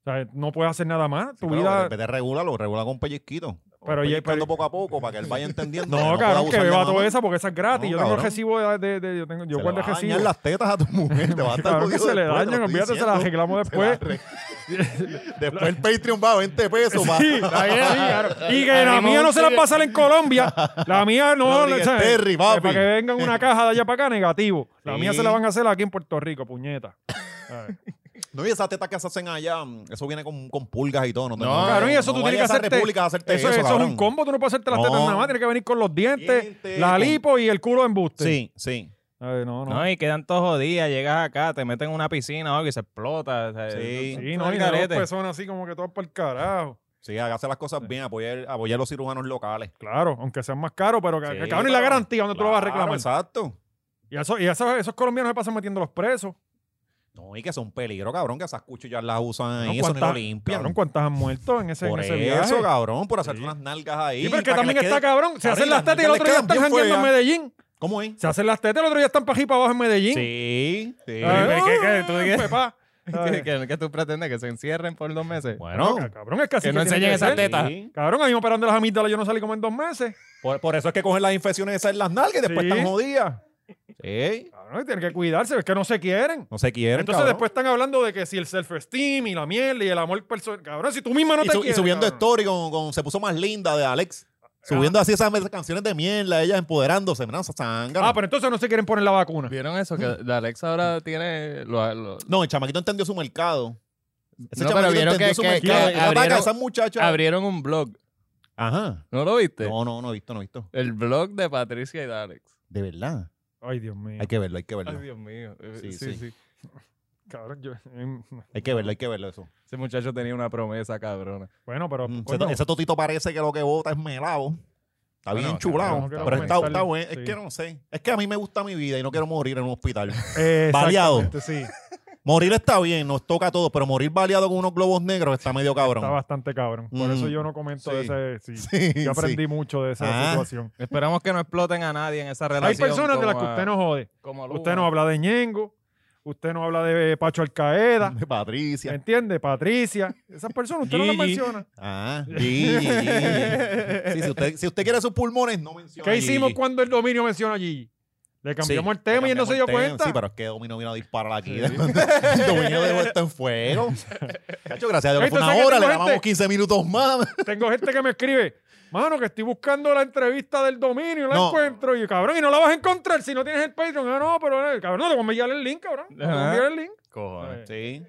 S2: O sea, no puedes hacer nada más.
S3: Sí,
S2: tu
S3: pero
S2: vida...
S3: En vez de regularlo, regula con pellizquito.
S2: Pero, oye,
S3: Pellizcando
S2: pero-
S3: poco a poco para que él vaya entendiendo. que
S2: No,
S3: pueda
S2: cabrón, que
S3: abusar de
S2: beba
S3: mamá.
S2: toda esa porque esa es gratis.
S3: No,
S2: yo tengo
S3: cabrón.
S2: recibo de... de- de- yo tengo, yo
S3: se le
S2: guardo
S3: va
S2: el
S3: a
S2: recibo.
S3: dañar las tetas a tu mujer. Te va a estar
S2: Cabrón, que
S3: jodido
S2: se le
S3: después, te lo
S2: dañan,
S3: estoy
S2: olvídate, se
S3: diciendo.
S2: las arreglamos
S3: Se la
S2: después.
S3: arregla. después el Patreon va a 20 pesos. va.
S2: Sí, está bien, sí, claro. Y que la mía no se la va a pasar en Colombia. La mía no.
S3: Rodríguez
S2: ¿sabes?
S3: Terry, papi.
S2: Para que vengan una caja de allá para acá, negativo. La
S3: Sí.
S2: mía se la van a hacer aquí en Puerto Rico, puñeta. ¿Sabes?
S3: No, y esas tetas que se hacen allá, mm, eso viene con, con pulgas y todo. No, te-
S4: No,
S2: Cabrón, y eso tú
S3: vayas
S2: tienes que
S3: a
S2: hacerte.
S3: República a hacerte eso,
S2: eso, eso es
S3: cabrón.
S2: un combo, tú no puedes hacerte las
S3: No.
S2: tetas nada más, tienes que venir con los dientes,
S3: Dientes,
S2: la
S3: con-
S2: lipo y el culo en embuste.
S3: Sí, sí.
S2: Ay, no, no.
S4: No, y quedan todos jodidas, llegas acá, te meten en una piscina o algo y se explota. o sea,
S3: Sí.
S2: sí,
S4: al
S2: no, y las dos
S4: garete.
S2: personas así como que todas para el carajo.
S3: Sí, hágase las cosas bien, apoyar, apoyar los cirujanos locales.
S2: Claro, aunque sean más caros, pero que,
S3: Sí,
S2: que cabrón, y la
S3: pero-
S2: garantía, ¿dónde tú lo vas a
S3: Claro,
S2: reclamar?
S3: Exacto.
S2: Y, eso, y eso- esos colombianos se pasan metiendo los presos.
S3: No, y que son peligro, cabrón, que esas cuchillas las usan
S2: No,
S3: y eso ni lo
S2: ¿cuántas-
S3: limpian.
S2: cabrón, ¿cuántas han muerto en ese, en
S3: por
S2: ese
S3: eso,
S2: viaje?
S3: cabrón, por hacerte
S2: Sí.
S3: unas nalgas ahí.
S2: Sí, pero es que
S3: para
S2: también
S3: les
S2: está
S3: quede-
S2: cabrón. Se
S3: Cabrón,
S2: hacen las
S3: las
S2: tetas y el
S3: nalgas
S2: otro día
S3: les
S2: están
S3: quedan bien
S2: jangueando en
S3: feas.
S2: Medellín.
S3: ¿Cómo es?
S2: Se hacen las tetas y el otro día están para para abajo en Medellín.
S3: Sí, sí.
S2: Ah,
S4: ¿Qué- qué- qué?
S2: ah,
S4: ¿Tú qué?
S2: pepá.
S4: ¿Qué,
S2: Ay,
S4: qué- qué tú pretendes? ¿Que se encierren por dos meses?
S3: Bueno,
S2: ca- Cabrón, es que así
S4: que no
S2: tiene
S4: enseñen
S2: que
S4: esas
S2: ser.
S4: tetas.
S3: sí.
S2: Cabrón, a mí me operaron de las amígdalas, yo no salí como en dos meses.
S3: Por, por eso es que cogen las infecciones esas en las nalgas y después
S2: Sí.
S3: están jodidas. Sí.
S2: Cabrón, tienen que cuidarse, es que no se quieren.
S3: No se quieren,
S2: Entonces
S3: cabrón.
S2: después están hablando de que si el self-esteem y la mierda y el amor personal. Cabrón, si tú misma no
S3: y,
S2: te
S3: su- y
S2: quieres.
S3: subiendo
S2: cabrón. Ah.
S3: story con, con Se puso más linda de Alex. Subiendo así esas canciones de mierda, ella empoderándose, ¿no? Esa zángana.
S2: Ah, pero entonces no se quieren poner la vacuna.
S4: ¿Vieron eso? Que la Alexa ahora tiene... Lo, lo-
S3: No, el chamaquito entendió su mercado. Ese
S4: No, pero
S3: chamaquito
S4: vieron
S3: entendió
S4: que-
S3: su
S4: que-
S3: mercado.
S4: que
S3: Era para
S4: abrieron-
S3: esa muchacha.
S4: abrieron un blog.
S3: Ajá.
S4: ¿No lo viste?
S3: No, no, no he visto, no he visto.
S4: El blog de Patricia y de Alex.
S3: De verdad.
S2: Ay, Dios mío.
S3: Hay que verlo, hay que
S4: Ay,
S3: verlo.
S4: Dios mío. Eh,
S3: Sí,
S4: Sí,
S3: sí.
S4: sí.
S2: Cabrón, yo. em,
S3: Hay que verlo, hay que verlo eso.
S4: Ese muchacho tenía una promesa cabrona.
S2: Bueno, pero.
S3: Mm, ese,
S2: coño,
S3: to- ese totito parece que lo que bota es melado. Está
S4: Bueno,
S3: bien chulado.
S2: cabrón, no quiero
S3: pero está,
S2: comentarle.
S3: está bueno. Es
S2: Sí.
S3: que no sé. Es que a mí me gusta mi vida y no quiero morir en un hospital.
S2: eh,
S3: Baleado.
S2: exactamente, Sí,
S3: morir está bien, nos toca a todos, pero morir baleado con unos globos negros está medio cabrón.
S2: está bastante cabrón. Por
S3: Mm,
S2: eso yo no comento
S3: sí.
S2: de ese. sí.
S3: Sí,
S2: Yo
S3: sí.
S2: aprendí mucho de esa
S3: Ah.
S2: situación.
S4: Esperamos que no exploten a nadie en esa relación.
S2: Hay personas de las que usted no jode.
S4: Como a Luma.
S2: Usted no habla de Ñengo. Usted no habla de Pacho Alcaeda.
S3: Patricia.
S2: ¿Entiende? Patricia. Esas personas usted no las
S4: Gigi.
S2: menciona.
S3: Ah, Gigi, Gigi. Sí, si, usted, si usted quiere sus pulmones, no menciona.
S2: ¿Qué hicimos
S3: cuando
S2: cuando el dominio menciona a Gigi? Le cambiamos el tema y él no se dio cuenta.
S3: Sí, pero es que Domino vino a disparar aquí. Domino dejó esto en fuego. Cacho, gracias a Dios que fue una
S2: Entonces, ¿qué
S3: hora, le
S2: tengo
S3: llamamos
S2: gente?
S3: 15 minutos más.
S2: Tengo gente que me escribe, mano, que estoy buscando la entrevista del dominio, la
S3: No.
S2: encuentro. Y yo, cabrón, y no la vas a encontrar si no tienes el Patreon. Ah, no, pero eh, cabrón, no te voy a enviar el link, cabrón. No te voy a
S4: Ajá.
S2: enviar el link.
S4: Cojones.
S3: Sí.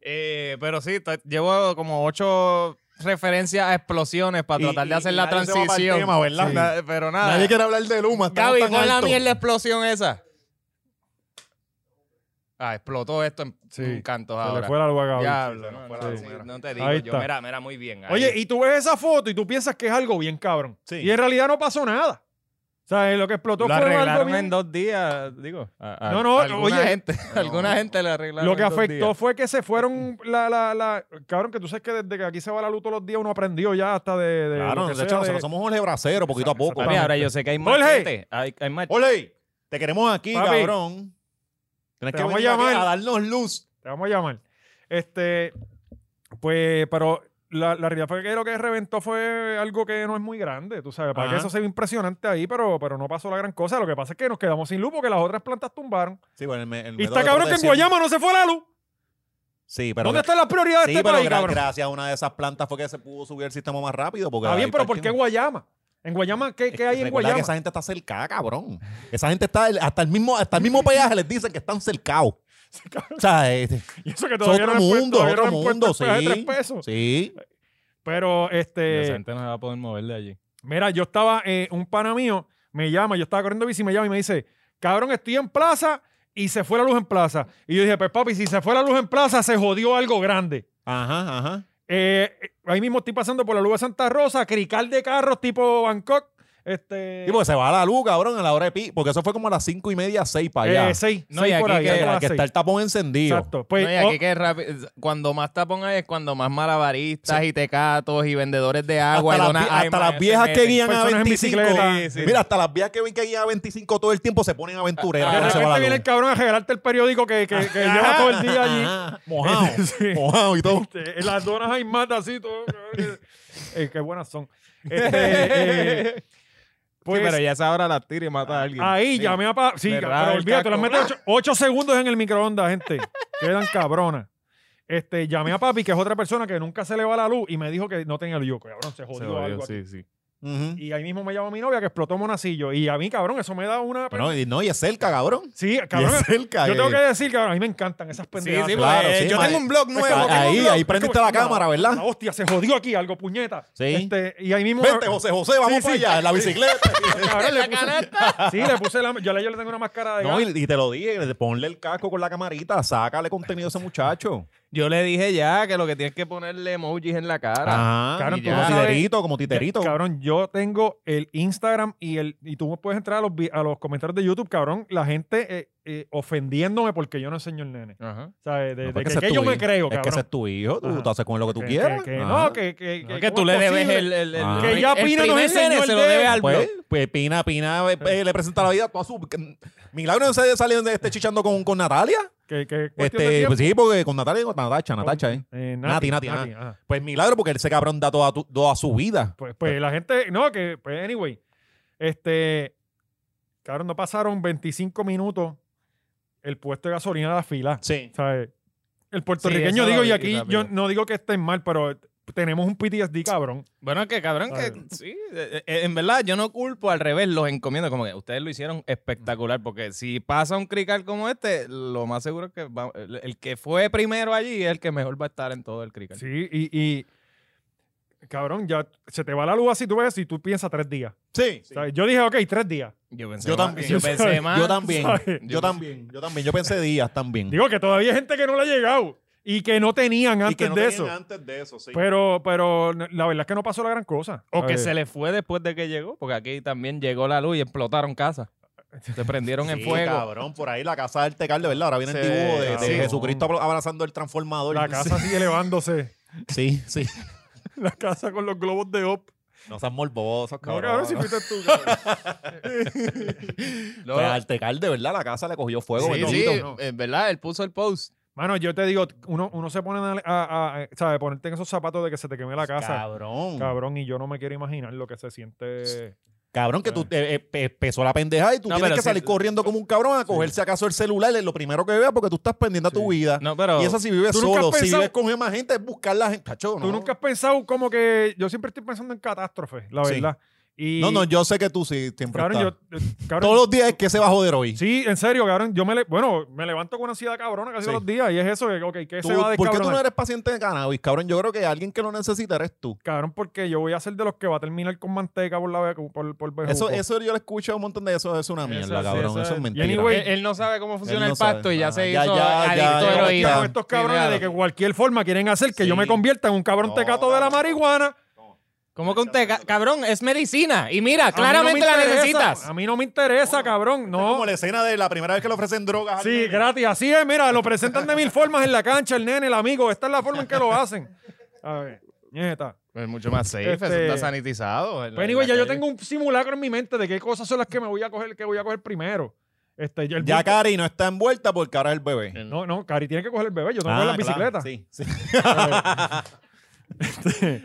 S4: Eh, pero sí, to- llevo como ocho referencias a explosiones para
S3: Y-
S4: tratar de
S3: y-
S4: hacer
S3: y
S4: la
S3: nadie se va para el
S4: transición.
S3: tema, ¿verdad?
S4: Sí. Na- pero nada.
S3: Nadie quiere hablar de Luma. estamos
S4: Gaby,
S3: tan
S4: ¿cuál es la
S3: altos.
S4: mierda explosión esa? Ah, explotó esto en
S2: Sí.
S4: un canto
S2: Se le
S4: ahora.
S2: fue la luz a Gaby.
S4: Diablo,
S2: Sí, se
S4: no,
S2: le fue
S4: no,
S2: la
S4: sí,
S2: luz.
S4: no te digo.
S2: Ahí
S4: yo,
S2: está.
S4: mira, mira, muy bien. ahí.
S2: Oye, y tú ves esa foto y tú piensas que es algo bien cabrón.
S3: Sí.
S2: Y en realidad no pasó nada. O sea, eh, lo que explotó
S4: lo
S2: fue algo
S4: arreglaron
S2: bien...
S4: en dos días, digo. a- a-
S2: No, no,
S4: alguna
S2: oye.
S4: gente, alguna gente lo arreglaron.
S2: Lo que
S4: en dos
S2: afectó
S4: días.
S2: fue que se fueron la, la, la... Cabrón, que tú sabes que desde que aquí se va la luz todos los días uno aprendió ya hasta de... de
S3: Claro,
S2: lo que
S3: de
S2: sea
S3: hecho,
S2: de-
S4: eh.
S3: nosotros somos Jorge Bracero, poquito a poco.
S4: Papi, ahora yo sé que hay más
S2: Jorge.
S4: gente. Hay, hay más.
S3: Ole, te queremos aquí,
S2: Papi.
S3: cabrón. Tienes
S2: Te
S3: que
S2: vamos a
S3: venir aquí
S2: llamar.
S3: a darnos luz.
S2: Te vamos a llamar. Este, pues, pero la, la realidad fue que lo que reventó fue algo que no es muy grande, tú sabes, para
S3: Ajá.
S2: que eso se ve impresionante ahí, pero, pero no pasó la gran cosa. Lo que pasa es que nos quedamos sin luz porque las otras plantas tumbaron.
S3: Sí, bueno, el me- el
S2: Y está
S3: método de
S2: cabrón que en
S3: protección.
S2: Guayama no se fue la luz.
S3: Sí, pero.
S2: ¿Dónde están las prioridades de
S3: Sí,
S2: este
S3: pero
S2: país,
S3: gra-
S2: cabrón?
S3: gracias a una de esas plantas fue que se pudo subir el sistema más rápido. Porque
S2: Está
S3: ahí
S2: bien, pero ¿por qué
S3: partimos.
S2: Guayama? ¿En Guayama qué,
S3: Es
S2: qué
S3: que
S2: hay en
S3: recuerda que
S2: Guayama?
S3: esa gente está cercada, cabrón. Esa gente está, el- hasta el mismo, hasta el mismo peaje les dicen que están cercados. O sea, este, es, es
S2: Y eso que
S3: otro
S2: no le han puesto-
S3: mundo,
S2: todavía no
S3: otro
S2: le han puesto
S3: mundo,
S2: el peaje de
S3: sí.
S2: tres pesos.
S3: Sí.
S2: Pero, este...
S4: Esa gente no se va a poder mover de allí.
S2: Mira, yo estaba, eh, un pana mío me llama, yo estaba corriendo bici, me llama y me dice, cabrón, estoy en plaza y se fue la luz en plaza. Y yo dije, pues papi, si se fue la luz en plaza, se jodió algo grande.
S3: Ajá, ajá.
S2: Eh, eh, ahí mismo estoy pasando por la luz de Santa Rosa, crical de carros tipo Bangkok. Este,
S3: Y porque se va la luz, cabrón, a la hora de pi. Porque eso fue como a las cinco y media, seis para allá.
S2: eh, seis,
S4: No,
S2: seis
S4: y
S2: por
S4: aquí
S2: ahí.
S4: que-
S2: algo a
S3: Mira,
S2: las
S3: que está
S2: seis.
S3: el tapón encendido.
S2: Exacto. Pues,
S4: No, y
S2: oh,
S4: aquí que rápido, cuando más tapón hay es cuando más malabaristas y tecatos y vendedores de agua
S3: hasta
S4: y donas
S3: las, vie- Ah, hasta
S4: Aima
S3: las
S4: se
S3: viejas que
S4: meten.
S3: guían a
S2: Personas en
S3: 25.
S2: bicicleta.
S4: Sí, sí.
S3: Mira, hasta las viejas que ven que guían a 25 todo el tiempo se ponen aventureras.
S4: Ah,
S2: de
S3: cuando se va la
S2: repente viene el
S3: luz.
S2: cabrón a regalarte el periódico que, que- que lleva todo el día allí.
S3: Ajá, Mojado.
S2: Sí.
S3: Mojado y todo.
S2: Este, en las donas hay mata así todo. cabrón, que- eh, qué buenas son. Este, eh,
S4: Sí,
S2: pues,
S4: pero ya esa hora las tira y mata a alguien.
S2: Ahí
S4: Sí.
S2: llamé a pa- Sí,
S4: Le raba
S2: pero
S4: el
S2: olvídate, las
S4: casco.
S2: metes 8 segundos en el microondas, gente. Quedan cabronas. Este, llamé a papi, que es otra persona que nunca se le va la luz, y me dijo que no tenía luz. Yo, cabrón, se
S4: Se
S2: jodió
S4: jodió,
S2: algo. aquí.
S4: sí, sí.
S3: Ujú.
S2: Y ahí mismo me llamó mi novia que explotó Monacillo. Y a mí, cabrón, eso me da una.
S3: Bueno, y no, y es cerca, cabrón.
S2: sí,
S3: Y
S2: cabrón.
S3: es cerca.
S2: Yo tengo
S3: eh.
S2: que decir, cabrón, a mí me encantan esas pendejadas.
S3: sí, Claro,
S5: Eh,
S3: sí,
S5: yo
S3: ma-
S5: tengo un blog nuevo.
S3: Ah,
S5: tengo un
S3: ahí,
S5: blog.
S3: ahí prendiste la cámara, ¿verdad?
S2: La hostia, se jodió aquí algo, puñeta.
S3: Sí.
S2: Este, y ahí mismo.
S3: Vente, José José, vamos
S2: Sí,
S3: para
S2: sí.
S3: allá, en la bicicleta.
S2: Cabrón, le puse- Sí, le puse la. Yo le, yo le tengo una máscara de.
S3: No,
S2: gas.
S3: y, y te lo dije, ponle el casco con la camarita, sácale contenido a ese muchacho.
S4: Yo le dije ya que lo que tienes que ponerle emojis en la cara.
S3: Ajá,
S2: Cabrón,
S3: y
S2: tú
S3: ya.
S2: no
S3: como
S2: sabes-
S3: titerito, como titerito.
S2: Cabrón, yo tengo el Instagram y el y tú puedes entrar a los, vi- a los comentarios de YouTube, cabrón, la gente eh, eh, ofendiéndome porque yo no enseño el nene.
S4: Ajá.
S2: O sea, de, de
S3: No, porque
S2: que,
S3: ese es
S2: que
S3: tu
S2: yo me
S3: hijo.
S2: creo,
S3: Es
S2: cabrón.
S3: que ese es tu hijo, tú
S2: Ajá.
S3: te haces con lo que tú
S2: Que-
S3: quieras.
S2: que- que
S3: Ajá.
S2: no, que, que,
S4: No, que tú
S2: ¿cómo
S4: le
S2: es
S4: debes
S2: posible?
S4: el, el, el-
S3: Ah.
S2: Que ya
S4: el
S2: Pino nos
S4: primer
S2: enseñó
S4: nene
S2: el
S4: se lo
S2: de él.
S4: debe al
S3: Pues,
S4: blog.
S3: pues Pina, Pina eh, eh, le presenta la vida a toda su... que- Milagro no se salió de este chichando con, con Natalia.
S2: Que, que es cuestión de
S3: Este,
S2: tiempo.
S3: pues sí, porque con Natalia, con Natacha, Natacha, ¿eh?
S2: Eh,
S3: Nati, Nati,
S2: ajá.
S3: Pues milagro porque ese cabrón da toda, tu- toda su vida.
S2: Pues, pues la gente, no, que, pues anyway, este, cabrón, no pasaron 25 minutos el puesto de gasolina de la fila.
S3: Sí.
S2: ¿sabes? El
S4: Sí,
S2: puertorriqueño,
S4: eso
S2: digo,
S4: lo
S2: y
S4: vi
S2: aquí yo
S4: rápido.
S2: no digo que estén mal, pero tenemos un PTSD, cabrón.
S4: Bueno, que cabrón, que
S2: Claro.
S4: sí. eh, eh, En verdad, yo no culpo, al revés, los encomiendo. Como que ustedes lo hicieron espectacular, porque si pasa un crical como este, lo más seguro es que va- el el que fue primero allí es el que mejor va a estar en todo el crical.
S2: Sí, y, y, cabrón, ya se te va la luz así, tú ves, y tú piensas tres días.
S3: Sí.
S2: O sea, Yo dije, ok, tres días.
S4: Yo pensé
S3: Yo
S4: más-
S3: también.
S4: Yo pensé más.
S3: Yo también.
S2: ¿sabes?
S3: Yo también. Yo también. Yo pensé días también.
S2: Digo que todavía hay gente que no le ha llegado y que no tenían antes de eso.
S3: Antes de eso, sí.
S2: Pero, pero la verdad es que no pasó la gran cosa.
S4: O que
S2: ¿sabes?
S4: se le fue después de que llegó, porque aquí también llegó la luz y explotaron casas. Se prendieron en
S3: Sí,
S4: fuego.
S3: cabrón, por ahí la casa del Tecal, de verdad. Ahora viene el
S4: Sí,
S3: dibujo de, de
S2: cabrón.
S3: Jesucristo abra- abrazando el transformador.
S2: La casa sigue elevándose.
S3: Sí, sí.
S2: La casa con los globos de OP.
S3: No seas morbosos,
S2: No,
S3: cabrón.
S2: cabrón, si fuiste tú, cabrón.
S4: Lo-
S3: Pues al Tecal, de verdad, la casa le cogió fuego.
S4: sí, sí,
S3: bendito.
S2: no.
S4: en verdad, él puso el post.
S2: Mano, yo te digo, uno, uno se pone a, a- a- ¿sabes? Ponerte en esos zapatos de que se te queme la casa.
S3: Cabrón. Cabrón,
S2: Cabrón, y yo no me quiero imaginar lo que se siente.
S3: que tú eh, eh, pe- pesó la pendejada y tú
S4: No,
S3: tienes
S4: pero
S3: que
S4: sí.
S3: salir corriendo como un cabrón a cogerse acaso el celular, es lo primero que veas porque tú estás pendiente a tu vida.
S4: No, pero.
S3: Y eso si vives
S2: ¿Tú nunca has
S3: solo, si
S2: pensado-
S3: vives con más gente, es buscar la gente. Chacho,
S2: Tú
S3: no.
S2: nunca has pensado como que. Yo siempre estoy pensando en catástrofes, la
S3: Sí.
S2: verdad. Y,
S3: No, no, yo sé que tú sí, siempre
S2: Cabrón,
S3: estás.
S2: yo. eh, cabrón,
S3: Todos los días es que se va a joder hoy.
S2: Sí, en serio, cabrón. Yo me, le- bueno, me levanto con ansiedad cabrona casi
S3: Sí.
S2: todos los días y es eso, que, ok, ¿qué
S3: Tú-
S2: se va a
S3: ¿Por qué tú no
S2: descabronar?
S3: eres paciente de cannabis, cabrón? Yo creo que alguien que lo necesita eres tú.
S2: Cabrón, porque yo voy a ser de los que va a terminar con manteca por la por, por, bejuco.
S3: Eso, eso yo lo escucho un montón de eso, es una mierda,
S4: sí,
S3: cabrón.
S4: eso
S3: Eso, es
S4: es-
S3: mentira.
S2: anyway,
S4: Él, él no sabe cómo funciona
S3: no
S4: el pacto
S3: sabe.
S4: y ya
S3: Ah,
S4: se
S3: ya,
S4: hizo
S3: ya, ya,
S4: adicto a
S3: ya,
S2: Como
S4: heroína.
S2: estos cabrones
S4: Claro.
S2: de que cualquier forma quieren hacer que yo me
S3: Sí.
S2: convierta en un cabrón
S3: No,
S2: tecato de la
S3: cabrón.
S2: marihuana.
S4: ¿Cómo que un teca- Cabrón, es medicina. Y mira,
S2: A mí no me
S4: claramente la
S2: interesa,
S4: necesitas.
S2: A mí no me interesa, cabrón.
S3: Es
S2: No.
S3: como la escena de la primera vez que le ofrecen drogas. a
S2: Sí,
S3: alguien.
S2: gratis. Así es, mira, lo presentan de mil formas en la cancha, el nene, el amigo. Esta es la forma en que lo hacen. A ver, nieta.
S4: Es pues, mucho más safe,
S2: Este-
S4: eso está sanitizado. en la-
S2: Pero
S4: en
S2: anyway,
S4: la
S2: ya yo
S4: calle.
S2: tengo un simulacro en mi mente de qué cosas son las que me voy a coger, que voy a coger primero. Este, ya el
S3: Ya
S2: bulto-
S3: Cari no está envuelta porque ahora es el bebé.
S2: No, no, Cari tiene que coger el bebé. Yo tengo
S3: Ah,
S2: que coger la bicicleta.
S3: claro, Sí, sí.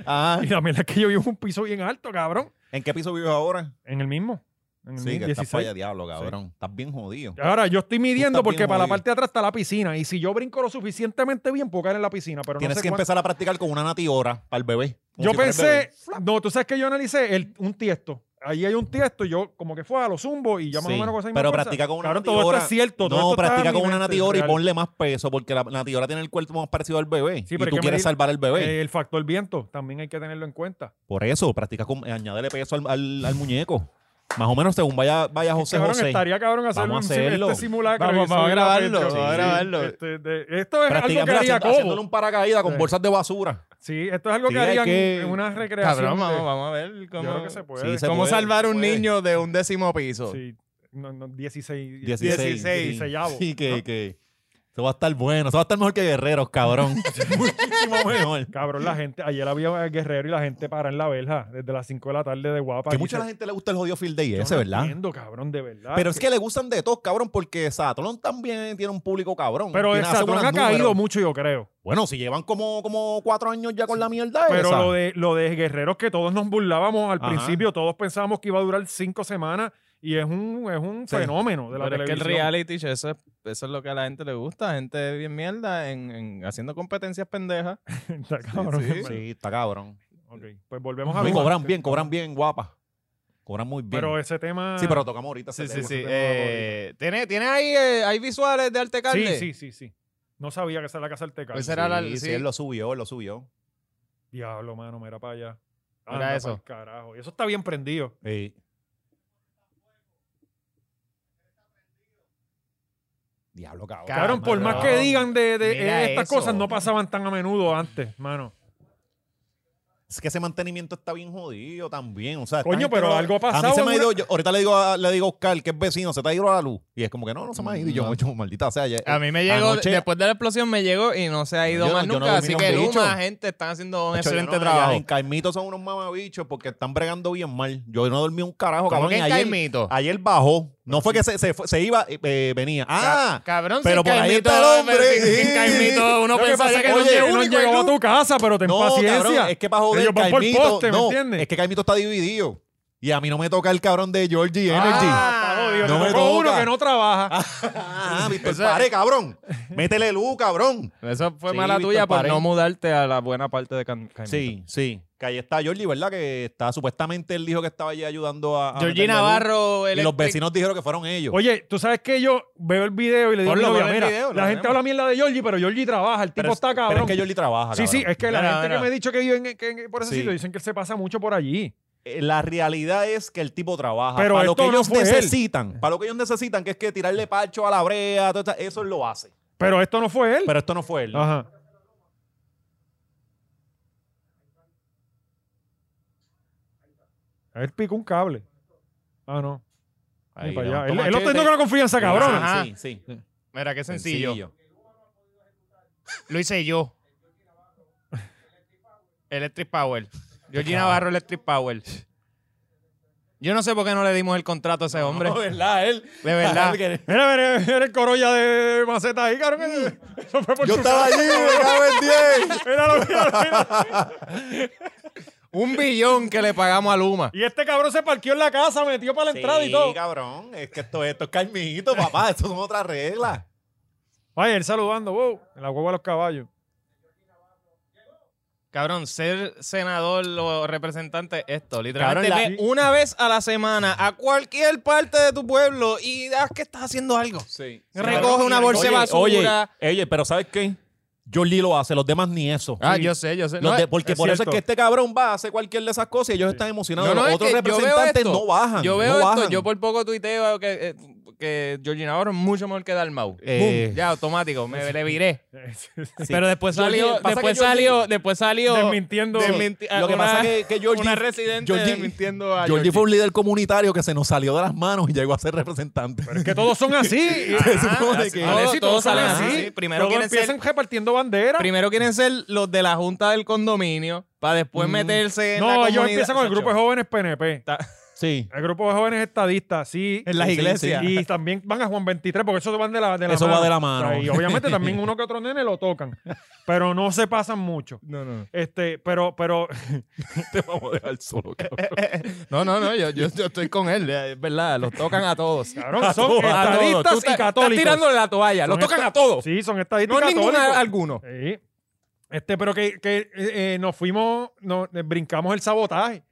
S2: Ah, y la mierda es que yo vivo en un piso bien alto, cabrón.
S3: ¿En qué piso vives ahora?
S2: En el mismo. En el
S3: Sí,
S2: mismo,
S3: que estás
S2: 16.
S3: para allá, diablo, cabrón. Estás bien jodido.
S2: Ahora, yo estoy midiendo
S3: estás
S2: porque
S3: bien
S2: para la
S3: jodido.
S2: parte de atrás está la piscina. Y si yo brinco lo suficientemente bien, puedo caer en la piscina. Pero
S3: Tienes
S2: no sé
S3: que
S2: cuánto-
S3: empezar a practicar con una natiora para el bebé. como
S2: Yo
S3: si fuera el
S2: pensé,
S3: bebé.
S2: no, tú sabes que yo analicé el- un tiesto. Ahí hay un tiesto, yo como que fue a los zumbo y ya más
S3: Sí,
S2: o menos con esa misma
S3: pero
S2: fuerza.
S3: practica con una
S2: Cabrón, todo
S3: natiora.
S2: esto es cierto. todo
S3: no,
S2: esto está
S3: practica
S2: en mi
S3: con una
S2: mente,
S3: natiora y
S2: real.
S3: ponle más peso porque la natiora tiene el cuerpo más parecido al bebé.
S2: Sí,
S3: y
S2: pero hay
S3: tú
S2: que
S3: quieres
S2: medir-
S3: salvar al bebé.
S2: Eh, el factor viento también hay que tenerlo en cuenta.
S3: Por eso, practica con, eh, añádele peso al, al- al muñeco. Más o menos según vaya, vaya José
S2: cabrón,
S3: José.
S2: estaría cabrón hacer
S3: Vamos a hacerlo.
S2: este simulacro.
S4: Vamos,
S2: y
S4: vamos a
S2: subirlo
S4: grabarlo,
S2: Patreon.
S4: vamos a
S2: Sí,
S4: grabarlo.
S2: este, de- esto es algo
S3: Practicando
S2: que haría
S3: haciendo- haciéndole
S2: Cobo.
S3: un paracaídas con
S2: Sí.
S3: bolsas de basura.
S2: Sí, esto es algo
S3: Sí,
S2: que
S3: hay
S2: harían
S3: que-
S2: en una recreación.
S4: Cabrón,
S2: de-
S4: vamos, vamos a ver
S2: Yo
S4: cómo,
S2: creo que se puede.
S3: Sí, se
S4: cómo
S3: puede,
S4: salvar
S3: se
S4: un
S3: puede.
S4: niño de un décimo piso.
S2: Sí, no, no, 16.
S3: 16.
S2: 16. 16avo,
S3: Sí, que,
S2: ¿no?
S3: que. Eso va a estar bueno. Eso va a estar mejor que Guerreros, cabrón. Muchísimo mejor.
S2: Cabrón, la gente, ayer había el guerrero y la gente para en la verja desde las 5 de la tarde de guapa.
S3: Que
S2: aquí
S3: mucha
S2: se-
S3: la gente le gusta el jodido Field Day
S2: Yo
S3: ese,
S2: no
S3: ¿verdad?
S2: entiendo, cabrón, de verdad.
S3: Pero es que le gustan de todos, cabrón, porque Saturn también tiene un público cabrón.
S2: Pero
S3: Tiene- hace
S2: exacto,
S3: buenos
S2: ha caído
S3: números.
S2: mucho, yo creo.
S3: Bueno, si llevan como, como cuatro años ya con la mierda
S2: Pero
S3: esa.
S2: lo de, lo de guerreros que todos nos burlábamos al
S3: Ajá.
S2: principio, todos pensábamos que iba a durar cinco semanas y es un, es un
S3: Sí.
S2: fenómeno de la
S4: Pero es que el
S2: televisión.
S4: reality, show, eso es, eso es lo que a la gente le gusta. Gente bien mierda en, en haciendo competencias pendejas.
S2: Está cabrón.
S4: sí.
S3: Sí, está cabrón.
S2: Ok, Ok, pues volvemos a
S3: Y
S2: Viva.
S3: cobran bien, cobran bien, guapa. Cobran muy bien.
S2: Pero ese tema.
S3: sí, pero tocamos ahorita. ese
S4: Sí, sí,
S3: tema.
S4: sí. Eh, ¿tiene, tiene ahí eh, hay visuales de Arte
S2: sí,
S4: Carne?
S2: sí, sí, sí. No sabía que esa era la casa del Tecate.
S4: Pues era la-
S3: Sí, sí,
S4: sí.
S3: él lo subió, él lo subió.
S2: Diablo, mano, mira para allá.
S4: Mira
S2: Anda
S4: eso.
S2: pa'l carajo. Y eso está bien prendido.
S3: Sí. Diablo, cabrón.
S2: Cabrón, por más que
S4: cabrón.
S2: digan de, de-
S4: Mira
S2: eh, estas
S4: eso.
S2: cosas, no pasaban tan a menudo antes, mano.
S3: Es que ese mantenimiento está bien jodido también. O sea, esta
S2: Coño,
S3: gente
S2: pero
S3: no-
S2: algo ha
S3: A mí
S2: pasado
S3: se me ha
S2: en
S3: ido.
S2: una-
S3: yo- ahorita le digo, a, le digo a Oscar, que es vecino, se te ha ido la luz. Y es como que no, no se me ha ido. Y yo,
S4: No.
S2: Mm.
S3: "Ocho, maldita sea. ya- eh,
S4: A mí me llegó,
S3: Anoche-
S4: después de la explosión me llegó y no se ha ido
S3: Yo no-
S4: más
S3: yo no
S4: nunca.
S3: dormí
S4: así
S3: ni
S4: que
S3: un bicho.
S4: Luma, gente, están haciendo un
S3: Ocho, yo
S4: excelente
S3: no-
S4: trabajo.
S3: ya, En Caimito son unos mamabichos porque están bregando bien mal. Yo no dormí un carajo,
S4: ¿Cómo
S3: cabrón.
S4: que
S3: y
S4: en
S3: ayer,
S4: Caimito?
S3: ayer bajó. No fue que se, se, fue- se iba, eh, venía.
S4: Ca-
S3: ¡Ah!
S4: cabrón,
S3: pero
S4: sin
S3: por ahí
S4: Caimito,
S3: está el hombre.
S4: pero sin- sin
S3: Sí.
S4: Caimito, uno
S2: Lo que pasa
S4: pensaría
S2: es que
S4: que no
S2: no,
S3: oye,
S2: lleg- no han
S3: único y
S2: llegado a
S3: tú-
S2: tu casa, pero ten
S3: No,
S2: paciencia.
S3: cabrón, es que para joder,
S2: Ellos van por
S3: Caimito,
S2: poste, ¿me
S3: no,
S2: entiendes?
S3: es que Caimito está dividido. Y a mí no me toca el cabrón de Georgie Energy.
S4: Ah,
S2: Ah, Dios,
S3: no
S2: te
S3: me
S2: tocó uno
S3: toca.
S2: que no trabaja.
S3: Ah, Víctor
S4: Eso es-
S3: Pare, cabrón. Métele luz, cabrón.
S4: Eso fue
S3: Sí,
S4: mala
S3: Víctor
S4: tuya por
S3: Paré.
S4: no mudarte a la buena parte de Can- Caimito.
S3: Sí, sí. Que ahí está Georgie, ¿verdad? Que está supuestamente él dijo que estaba allí ayudando a. a
S4: Georgie
S3: meterle luz.
S4: Navarro,
S3: Y los
S4: Electric-
S3: vecinos dijeron que fueron ellos.
S2: Oye, tú sabes que yo veo el video y le digo, a mi
S4: Ponlo,
S2: novia,
S4: pon el
S2: mira,
S4: video, lo
S2: la gente
S4: tenemos.
S2: habla mierda de Georgie, pero Georgie trabaja, el tipo
S3: pero, es-
S2: está
S3: pero
S2: cabrón.
S3: es que Georgie trabaja.
S2: Sí, sí,
S3: cabrón.
S2: es que la
S4: Mira,
S2: gente
S4: mira.
S2: que me ha dicho que vive en- que- que por ese
S3: Sí.
S2: sitio dicen que él se pasa mucho por allí.
S3: Eh, La realidad es que el tipo trabaja.
S2: Pero
S3: para lo
S2: esto
S3: que
S2: no
S3: ellos
S2: fue él.
S3: necesitan, para lo que ellos necesitan, que es que tirarle pacho a la brea, todo esta- eso él lo hace.
S2: Pero esto no fue él.
S3: Pero esto no fue él.
S2: Ajá. Él picó un cable. Ah, no. Ni
S3: Ahí,
S2: para
S3: no.
S2: allá. Él,
S3: Toma,
S2: él lo
S3: chete.
S2: tengo con la confianza, cabrón.
S4: Ajá.
S3: Sí, sí. sí.
S4: Mira, qué sencillo.
S3: Sencillo.
S4: Lo hice yo. Electric Power. Georgie Navarro, Electric Power. Yo no sé por qué no le dimos el contrato a ese hombre.
S3: No, ¿verdad? Él.
S4: De verdad.
S2: Mira, mira, mira el corolla de maceta ahí, cabrón. Eso fue por
S3: Yo
S2: su
S3: estaba
S2: casa.
S3: allí, me cago en 10.
S2: Míralo, míralo, míralo.
S4: Un billón que le pagamos a Luma.
S2: Y este cabrón se parqueó en la casa, metió para la entrada y todo.
S3: cabrón. Es que esto, esto es calmito, papá. Esto son otras reglas.
S2: Oye, él saludando, wow, en la hueva de los caballos.
S4: Cabrón, ser senador o representante es esto, literalmente.
S3: Cabrón,
S4: ve
S3: la-
S4: una vez a la semana a cualquier parte de tu pueblo y haz que estás haciendo algo.
S3: Sí.
S4: Recoge una bolsa de basura.
S3: Oye, oye, pero ¿sabes qué? Jolie lo hace, los demás ni eso.
S4: Ah, yo sé, yo sé.
S3: Los
S4: No,
S3: de- porque
S2: es
S3: por eso es
S2: cierto.
S3: que este cabrón va a hacer cualquier de esas cosas y ellos están emocionados.
S4: No,
S3: los
S4: no, es
S3: otros
S4: que yo veo
S3: representantes
S4: esto.
S3: no bajan.
S4: Yo veo
S3: no
S4: esto,
S3: bajan.
S4: yo por poco tuiteo que, eh, que Georgie Navarro es mucho mejor que Dalmau.
S3: Eh.
S4: Boom, ya, automático, me le viré.
S3: Sí.
S4: Pero después
S3: Georgie, pasa
S4: salió,
S3: que
S4: después
S3: Georgie-
S4: salió, después salió...
S2: Desmintiendo.
S4: desminti-
S3: Lo que
S4: una-
S3: pasa es que, que Georgie,
S4: Una residente
S3: Georgie-
S4: desmintiendo a
S3: Georgie
S4: Georgie.
S3: fue un líder comunitario que se nos salió de las manos y llegó a ser representante.
S2: Pero es que todos son así.
S3: Se supone que-
S4: así- Todos-
S2: Alexi,
S4: todos
S2: salen
S4: salen así. Primero
S2: Todos
S4: quieren ser-
S2: empiezan repartiendo banderas.
S4: Primero quieren ser los de la junta del condominio para después meterse en la
S2: Mm. No, ellos
S4: comunidad.
S2: empiezan con el grupo de jóvenes PNP.
S3: Sí.
S2: El grupo de jóvenes estadistas, sí.
S4: En las
S3: Sí,
S4: iglesias.
S2: Y también van a Juan 23, porque eso van de la, de la
S3: Eso
S2: mano.
S3: va de la mano.
S2: O sea, y obviamente también uno que otro nene lo tocan. Pero no se pasan mucho.
S4: No, no.
S2: Este, pero, pero,
S3: Te vamos a dejar solo, cabrón.
S4: No, no, no, yo, yo, yo estoy con él, eh, es verdad, los tocan a todos.
S2: cabrón, son
S4: A todos.
S2: estadistas
S4: Tú
S2: y
S4: estás-
S2: católicos.
S4: Estás tirándole la toalla, los
S2: Son
S4: tocan
S2: esta-
S4: a todos.
S2: Sí, son estadistas
S4: No
S2: y
S4: es
S2: católicos.
S4: ningún alguno.
S2: Sí. Este, pero que, que eh, eh, nos fuimos, nos eh, brincamos el sabotaje.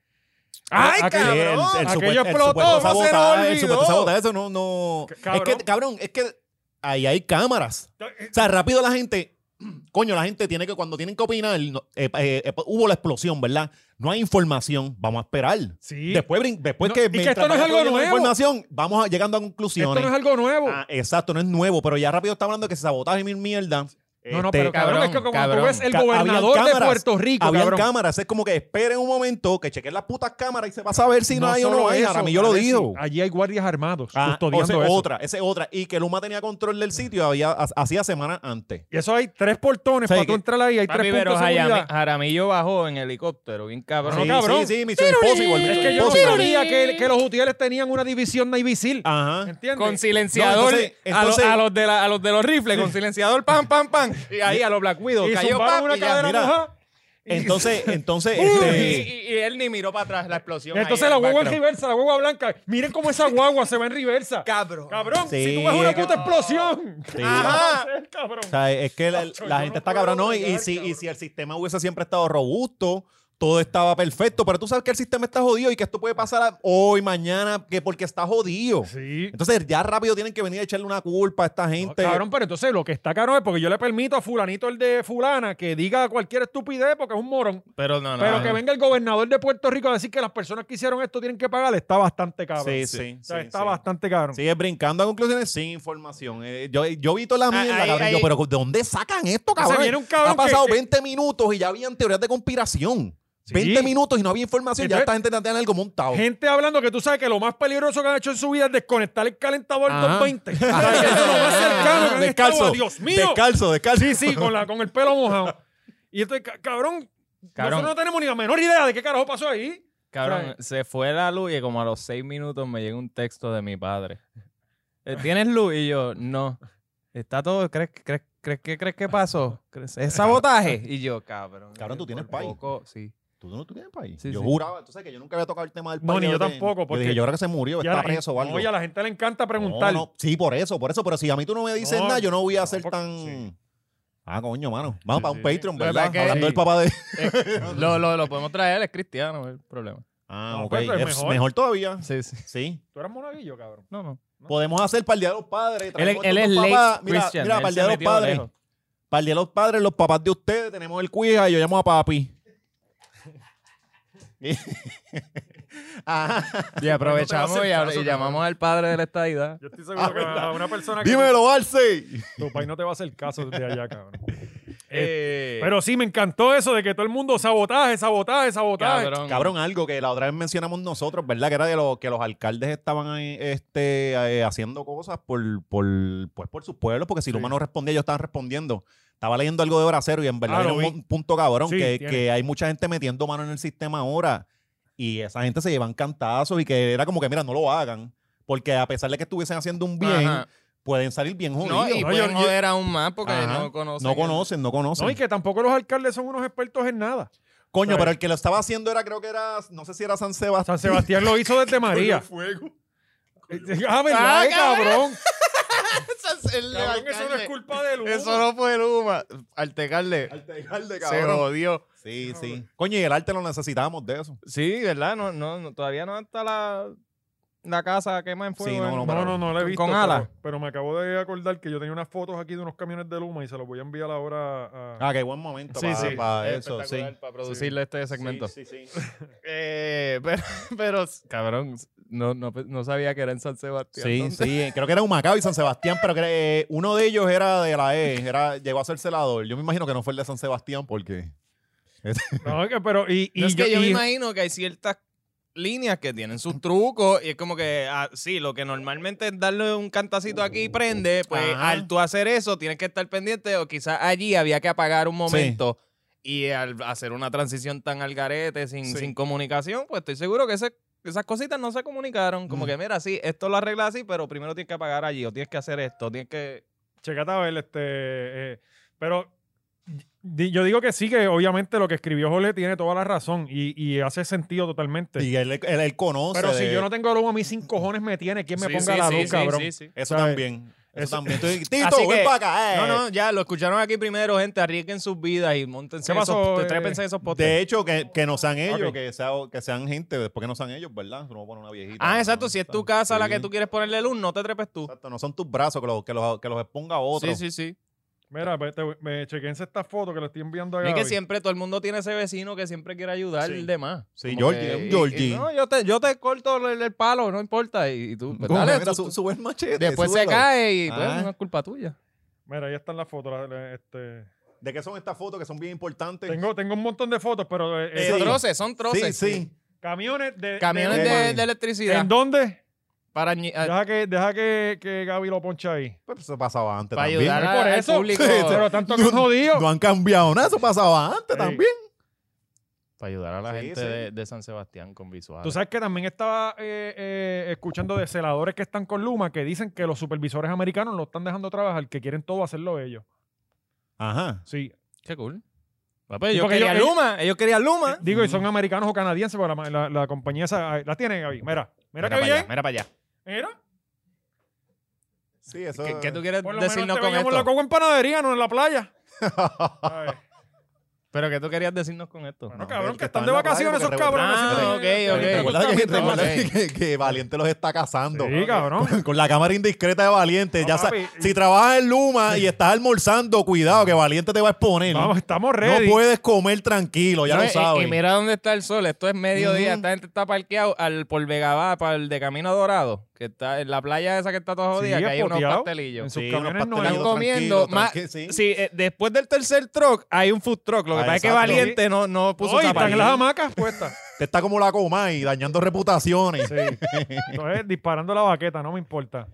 S4: ¡Ay,
S2: Aquel-
S4: cabrón!
S3: el
S2: Aquello
S3: supuesto- el
S2: explotó,
S3: supuesto
S2: no se nos
S3: sabotaje, El
S2: olvidó.
S3: supuesto sabotaje, eso no... no...
S2: C-
S3: Es
S2: cabrón. eh,
S3: que, cabrón, es que ahí hay cámaras. O sea, rápido la gente, coño, la gente tiene que, cuando tienen que opinar, no- eh, eh, eh, hubo la explosión, ¿verdad? No hay información, vamos a esperar.
S2: Sí.
S3: Después, brin- después
S2: No, y
S3: que,
S2: que
S3: mientras
S2: esto no es
S3: vaya
S2: algo
S3: fluyendo la
S2: nuevo.
S3: información, vamos a- llegando a
S2: Esto
S3: conclusiones.
S2: no es algo nuevo.
S3: Ah, exacto, no es nuevo, pero ya rápido está hablando que se sabotaje y mil mierda.
S2: no, no,
S3: Este,
S2: pero cabrón,
S4: cabrón,
S2: es que como
S4: cabrón.
S2: tú ves el
S3: Ca-
S2: gobernador
S3: habían
S2: de
S3: cámaras,
S2: Puerto Rico,
S3: Habían
S2: cabrón.
S3: cámaras, es como que esperen un momento, que chequen las putas cámaras y se va a saber si no, hay o
S2: solo
S3: no hay.
S2: eso,
S3: Ahora, yo lo
S2: Alexis,
S3: digo.
S2: Allí hay guardias armados
S3: Ah, o
S2: custodiando
S3: sea,
S2: eso.
S3: otra, esa es otra. Y que Luma tenía control del sitio había, ha- hacía semanas antes.
S2: Y eso hay tres portones
S3: Sí,
S2: para tú
S3: que-
S2: entrar ahí. Hay
S4: Papi,
S2: tres
S4: pero
S2: puntos de seguridad.
S4: Jarami- Jaramillo bajó en helicóptero, bien cabrón.
S2: Sí,
S4: No, cabrón.
S3: Sí, sí, Mission Impossible.
S2: Es
S3: Mission
S2: que yo no
S3: Impossible.
S2: sabía que, que los utiles tenían una división Navy Seal.
S3: Ah, Ajá.
S2: ¿Entiendes?
S4: Con silenciador
S3: No, entonces-
S4: a, los-
S3: entonces-
S4: a los de la- a los de los rifles, con silenciador, pam, pam, pam. Y ahí a los Black Widow.
S2: y
S4: cayó
S2: zumbaron
S4: pam,
S2: una
S4: y ya,
S2: cadena
S3: mira.
S2: mojada.
S3: Entonces, entonces,
S4: Uy,
S3: este,
S4: y, y él ni miró para atrás la explosión.
S2: Entonces
S4: ahí
S2: la
S4: en el
S2: guagua en
S4: background.
S2: reversa, la guagua blanca. Miren cómo esa guagua se va en reversa.
S4: Cabrón.
S2: Cabrón, si
S3: Sí,
S2: tú ves una puta
S3: no.
S2: explosión.
S3: Sí.
S4: Ajá.
S2: Cabrón.
S3: o sea, es que la,
S2: Chacho,
S3: la
S2: yo
S3: gente
S2: no
S3: está
S2: puedo
S3: cabrón, ¿no? Y,
S2: bregar,
S3: si, y
S2: cabrón.
S3: si el sistema hubiese siempre estado robusto, todo estaba perfecto, pero tú sabes que el sistema está jodido y que esto puede pasar a- hoy, mañana, que porque está jodido.
S2: Sí.
S3: Entonces ya rápido tienen que venir a echarle una culpa a esta gente.
S2: Cabrón, pero entonces lo que está caro es porque yo le permito a fulanito el de fulana que diga cualquier estupidez porque es un morón.
S4: Pero no, no.
S2: pero
S4: no.
S2: que venga el gobernador de Puerto Rico a decir que las personas que hicieron esto tienen que pagar, está bastante cabrón.
S3: sí, sí,
S2: O sea,
S3: sí,
S2: está
S3: sí.
S2: bastante cabrón.
S3: Sigue brincando a conclusiones sin información. Eh, yo, yo vi toda la mierda,
S4: ahí,
S3: cabrón. y yo,
S4: ahí.
S3: pero ¿de dónde sacan esto,
S2: Ah, Entonces
S3: cabrón?
S2: viene un cabrón
S3: ha pasado
S2: que- que-
S3: 20 minutos y ya habían teorías de conspiración.
S2: Sí.
S3: 20 minutos y no había información. ya
S2: Entonces-
S3: esta gente tiene algo montado.
S2: Gente hablando que tú sabes que lo más peligroso que han hecho en su vida es desconectar el calentador
S3: Ajá.
S2: 220. ¿Sabes? Que eso es lo más cercano que han estado a Dios mío.
S3: Descalzo, descalzo.
S2: Sí, sí, con, la, con el pelo mojado. Y entonces, ca- cabrón,
S4: Cabrón.
S2: nosotros no tenemos ni la menor idea de qué carajo pasó ahí.
S4: Cabrón, se fue la luz y como a los seis minutos me llega un texto de mi padre. Eh, ¿Tienes luz? Y yo, no. Está todo, ¿crees, crees, crees, que- crees que pasó? ¿Crees- ¿Es sabotaje? Y yo, cabrón.
S3: Cabrón, tú
S4: por
S3: tienes país.
S4: poco, sí.
S3: ¿Tú no tú tienes país?
S4: Sí,
S3: yo
S4: sí.
S3: juraba, tú sabes que yo nunca había tocado el tema del país.
S2: No, ni yo
S3: te-
S2: tampoco,
S3: Yo,
S2: porque-
S3: dije, yo creo que se murió,
S2: Ya
S3: está
S2: la-
S3: preso o algo.
S2: Oye, a la gente le encanta
S3: No,
S2: preguntar.
S3: no, sí, por eso, por eso. Pero si a mí tú no me dices
S2: No,
S3: nada, yo no voy a
S2: no,
S3: ser
S2: porque-
S3: tan...
S2: sí.
S3: Ah, coño, mano. Vamos
S2: Sí,
S3: para
S2: sí.
S3: un Patreon,
S4: La verdad
S3: ¿verdad?
S4: que-
S3: Hablando
S4: sí.
S3: del papá de...
S4: Lo, lo, lo podemos traer, es cristiano, es el problema.
S3: Ah,
S2: No,
S3: ok.
S2: pues, pero es
S3: Es
S2: mejor.
S3: mejor todavía.
S4: Sí, sí.
S3: Sí.
S2: Tú eras monaguillo, cabrón.
S4: No, no.
S3: Podemos hacer para el Día de los Padres.
S4: Él,
S3: traemos
S4: él es
S3: estos
S4: late
S3: papás. Mira,
S4: Christian.
S3: mira
S4: él
S3: para el
S4: se
S3: Día de los
S4: metió
S3: Padres.
S4: lejos.
S3: Para el Día de los Padres, los papás de ustedes, tenemos el cuija y yo llamo a papi. Ajá.
S4: Y aprovechamos y,
S2: hacen
S4: habl-
S2: caso, cabrón.
S4: y llamamos al padre de la estadidad.
S2: Yo estoy seguro que a una persona que
S3: Dímelo, Arce.
S2: tu país no te va a hacer caso desde allá, cabrón.
S4: Eh,
S2: Pero sí, me encantó eso de que todo el mundo sabotaje, sabotaje, sabotaje.
S4: cabrón.
S3: Cabrón, algo que la otra vez mencionamos nosotros, ¿verdad? Que era de lo que los alcaldes estaban ahí, este, eh, haciendo cosas por, por, pues, por sus pueblos, porque si el
S2: Sí.
S3: humano respondía, ellos estaban respondiendo. Estaba leyendo algo de Bracero y en verdad
S2: Ah,
S3: era
S2: lo
S3: un
S2: vi.
S3: mon- punto cabrón,
S2: Sí,
S3: que,
S2: tiene.
S3: que hay mucha gente metiendo mano en el sistema ahora y esa gente se llevan cantazos y que era como que, mira, no lo hagan, porque a pesar de que estuviesen haciendo un bien,
S4: Ajá.
S3: pueden salir bien jodidos.
S4: No, y
S2: yo-
S4: pueden
S2: yo-
S4: joder aún más porque
S3: Ajá.
S4: no conocen.
S3: No
S4: el-
S3: conocen, no conocen.
S2: No, y que pues tampoco los alcaldes son unos expertos en nada.
S3: Coño,
S2: ¿sabes?
S3: pero el que lo estaba haciendo era, creo que era, no sé si era San Sebastián.
S2: San Sebastián lo hizo desde María.
S1: fuego.
S2: ah, ¿verdad,
S4: Ah,
S2: eh, cabrón?
S4: Esa es el
S2: Cabrón, eso no es
S4: alcalde.
S2: culpa de Luma.
S4: Eso no fue Luma. Altecarle
S3: Alcalde,
S4: se jodió.
S3: Sí, sí. Coño, y el arte lo necesitábamos de eso.
S4: Sí, ¿verdad? No, no, no, todavía no está la, la casa quema en fuego.
S3: Sí, no, no,
S4: ¿eh?
S2: No, no, no la he
S4: Con-
S2: visto.
S4: con
S2: pero-
S4: alas.
S2: Pero, me acabo de acordar que yo tenía unas fotos aquí de unos camiones de Luma y se los voy a enviar ahora a.
S3: Ah, qué buen momento
S4: Sí,
S3: para,
S4: sí.
S3: eso, sí.
S4: Espectacular Para producirle este segmento.
S3: Sí, sí,
S4: Eh, pero, pero, cabrón, no, no, no sabía que era en San Sebastián.
S3: sí,
S4: ¿Dónde?
S3: sí. eh, Creo que era Humacao y San Sebastián, pero que, eh, uno de ellos era de la E, era, llegó a ser celador. Yo me imagino que no fue el de San Sebastián porque...
S2: No, que- pero. Y, y
S4: No, es que yo
S2: y-
S4: me imagino que hay ciertas líneas que tienen sus trucos y es como que, ah, sí, lo que normalmente es darle un cantacito aquí y prende, pues
S3: Ajá.
S4: al tú hacer eso tienes que estar pendiente o quizás allí había que apagar un momento y al hacer una transición tan al garete, sin,
S3: Sí.
S4: sin comunicación, pues estoy seguro que ese- Esas cositas no se comunicaron, como
S3: Mm.
S4: que mira, sí, esto lo arreglas así, pero primero tienes que apagar allí, o tienes que hacer esto, tienes que...
S2: Checate a ver, este. eh, pero di- yo digo que sí, que obviamente lo que escribió Jole tiene toda la razón y, y hace sentido totalmente.
S3: Y él, él, él conoce
S2: pero si
S3: de-
S2: yo no tengo Luma, a mí sin cojones me tiene. ¿Quién me
S4: Sí,
S2: ponga
S4: sí,
S2: la
S4: sí,
S2: luz,
S4: sí,
S2: cabrón?
S4: sí, sí.
S3: Eso
S2: ¿sabes?
S3: también. Eso,
S2: Eso-
S3: también. Entonces,
S4: Así
S3: Tito, ven
S4: que-
S3: para acá. eh.
S4: No, no, ya, lo escucharon aquí primero, gente, arriesguen sus vidas y montense
S2: ¿Qué pasó,
S4: esos,
S2: eh?
S4: trépense esos postes.
S3: De hecho, que, que no sean ellos,
S2: Ok.
S3: que, sea- que sean gente, después que no sean ellos, ¿verdad? Tú no pones una viejita.
S4: Ah,
S3: ¿no?
S4: exacto. Si es tu casa la que
S3: Sí.
S4: tú quieres ponerle luz, no te trepes tú.
S3: Exacto, no son tus brazos que los, que los, que los exponga a otro.
S4: Sí, sí, sí.
S2: Mira, pues, te- me chequense esta foto que le estoy enviando a
S4: Es que
S2: Gaby.
S4: siempre todo el mundo tiene ese vecino que siempre quiere ayudar
S3: Sí.
S4: al demás.
S3: Sí,
S4: Como
S3: Georgie,
S4: que-
S3: un
S4: y- y
S3: Georgie.
S4: no, yo te, yo te corto el, el palo, no importa. Y, y tú, pues,
S3: Como
S4: dale,
S3: que mira,
S4: tú-
S3: su-
S4: tú-
S3: sube el machete.
S4: después
S3: súbelo.
S4: se cae y pues,
S3: Ah.
S4: no es culpa tuya.
S2: Mira, ahí están las fotos. la- la- este.
S3: ¿De qué son estas fotos que son bien importantes?
S2: tengo, tengo un montón de fotos, pero. eh,
S3: Eh,
S2: eh,
S4: Son
S3: sí.
S4: troces, son
S3: sí,
S4: troces.
S3: sí.
S2: camiones de.
S4: Camiones
S3: Eh,
S4: de, Ah.
S3: eh.
S4: de electricidad.
S2: ¿En dónde?
S4: para ñi- a-
S2: Deja que, deja que, que Gaby lo poncha ahí.
S3: Pues eso pasaba antes
S4: Para
S3: también.
S4: ayudar
S2: Por
S4: al
S2: eso,
S4: Ah, público.
S2: pero tanto que han jodido.
S3: No han cambiado nada, eso pasaba antes
S2: Sí.
S3: también.
S4: para ayudar a la
S3: Sí,
S4: gente
S3: sí.
S4: De, de San Sebastián con visual.
S2: Tú sabes que también estaba eh, eh, escuchando de celadores que están con Luma que dicen que los supervisores americanos lo están dejando trabajar, que quieren todo hacerlo ellos.
S3: Ajá.
S2: Sí.
S4: Qué cool. Ah, pues, ellos
S2: porque
S4: querían
S2: ellos-
S4: Luma. Ellos querían Luma.
S2: Digo, y son americanos o canadienses, pero la, la- la compañía esa, la tiene Gaby. Mira, mira,
S4: para
S2: qué bien.
S4: allá, mira para allá.
S2: Mira.
S3: Sí, eso.
S4: ¿Qué, qué tú quieres
S2: Por lo menos
S4: decirnos
S2: te
S4: con
S2: veíamos
S4: esto?
S2: la coca en panadería, no en la playa. Ay.
S4: Pero que tú querías decirnos con esto.
S2: Bueno,
S3: No,
S2: cabrón,
S3: que
S2: que están de
S3: estaban en la
S2: vacaciones
S3: playa
S2: esos
S3: porque
S2: cabrones.
S4: Ah,
S2: sí,
S4: ok, ok.
S2: sí,
S3: Recuerda que,
S4: Justamente,
S3: recuerda
S4: vale.
S3: que- que Valiente los está cazando.
S2: Sí, cabrón.
S3: Con, con la cámara indiscreta de Valiente.
S2: No,
S3: ya sa-
S2: papi.
S3: si trabajas en Luma y estás almorzando, cuidado, que Valiente te va a exponer.
S2: Vamos, estamos
S3: no
S2: ready.
S3: puedes comer tranquilo, ya
S4: No,
S3: lo
S4: y-
S3: sabes.
S4: Y, mira dónde está el sol. Esto es mediodía.
S3: Ujú.
S4: Esta gente está parqueado al, por Vegabá, para el de Camino Dorado, que está en la playa esa que está toda jodida,
S2: Sí,
S4: que hay unos
S2: espoteado.
S4: pastelillos.
S2: En sus
S3: Sí,
S2: camiones
S3: unos
S2: no
S4: Están
S3: pastelillos.
S2: hay-
S4: comiendo.
S3: tranquilo,
S4: más-
S3: tranqui- sí.
S4: sí, eh, después del tercer truck hay un food truck. Lo
S3: Ah,
S4: que pasa es que
S3: exacto.
S4: Valiente no, no puso
S2: Oye,
S4: zapatillas.
S2: están las hamacas puestas.
S3: Te está como la coma y dañando reputaciones.
S2: Sí. Entonces, disparando la baqueta, no me importa.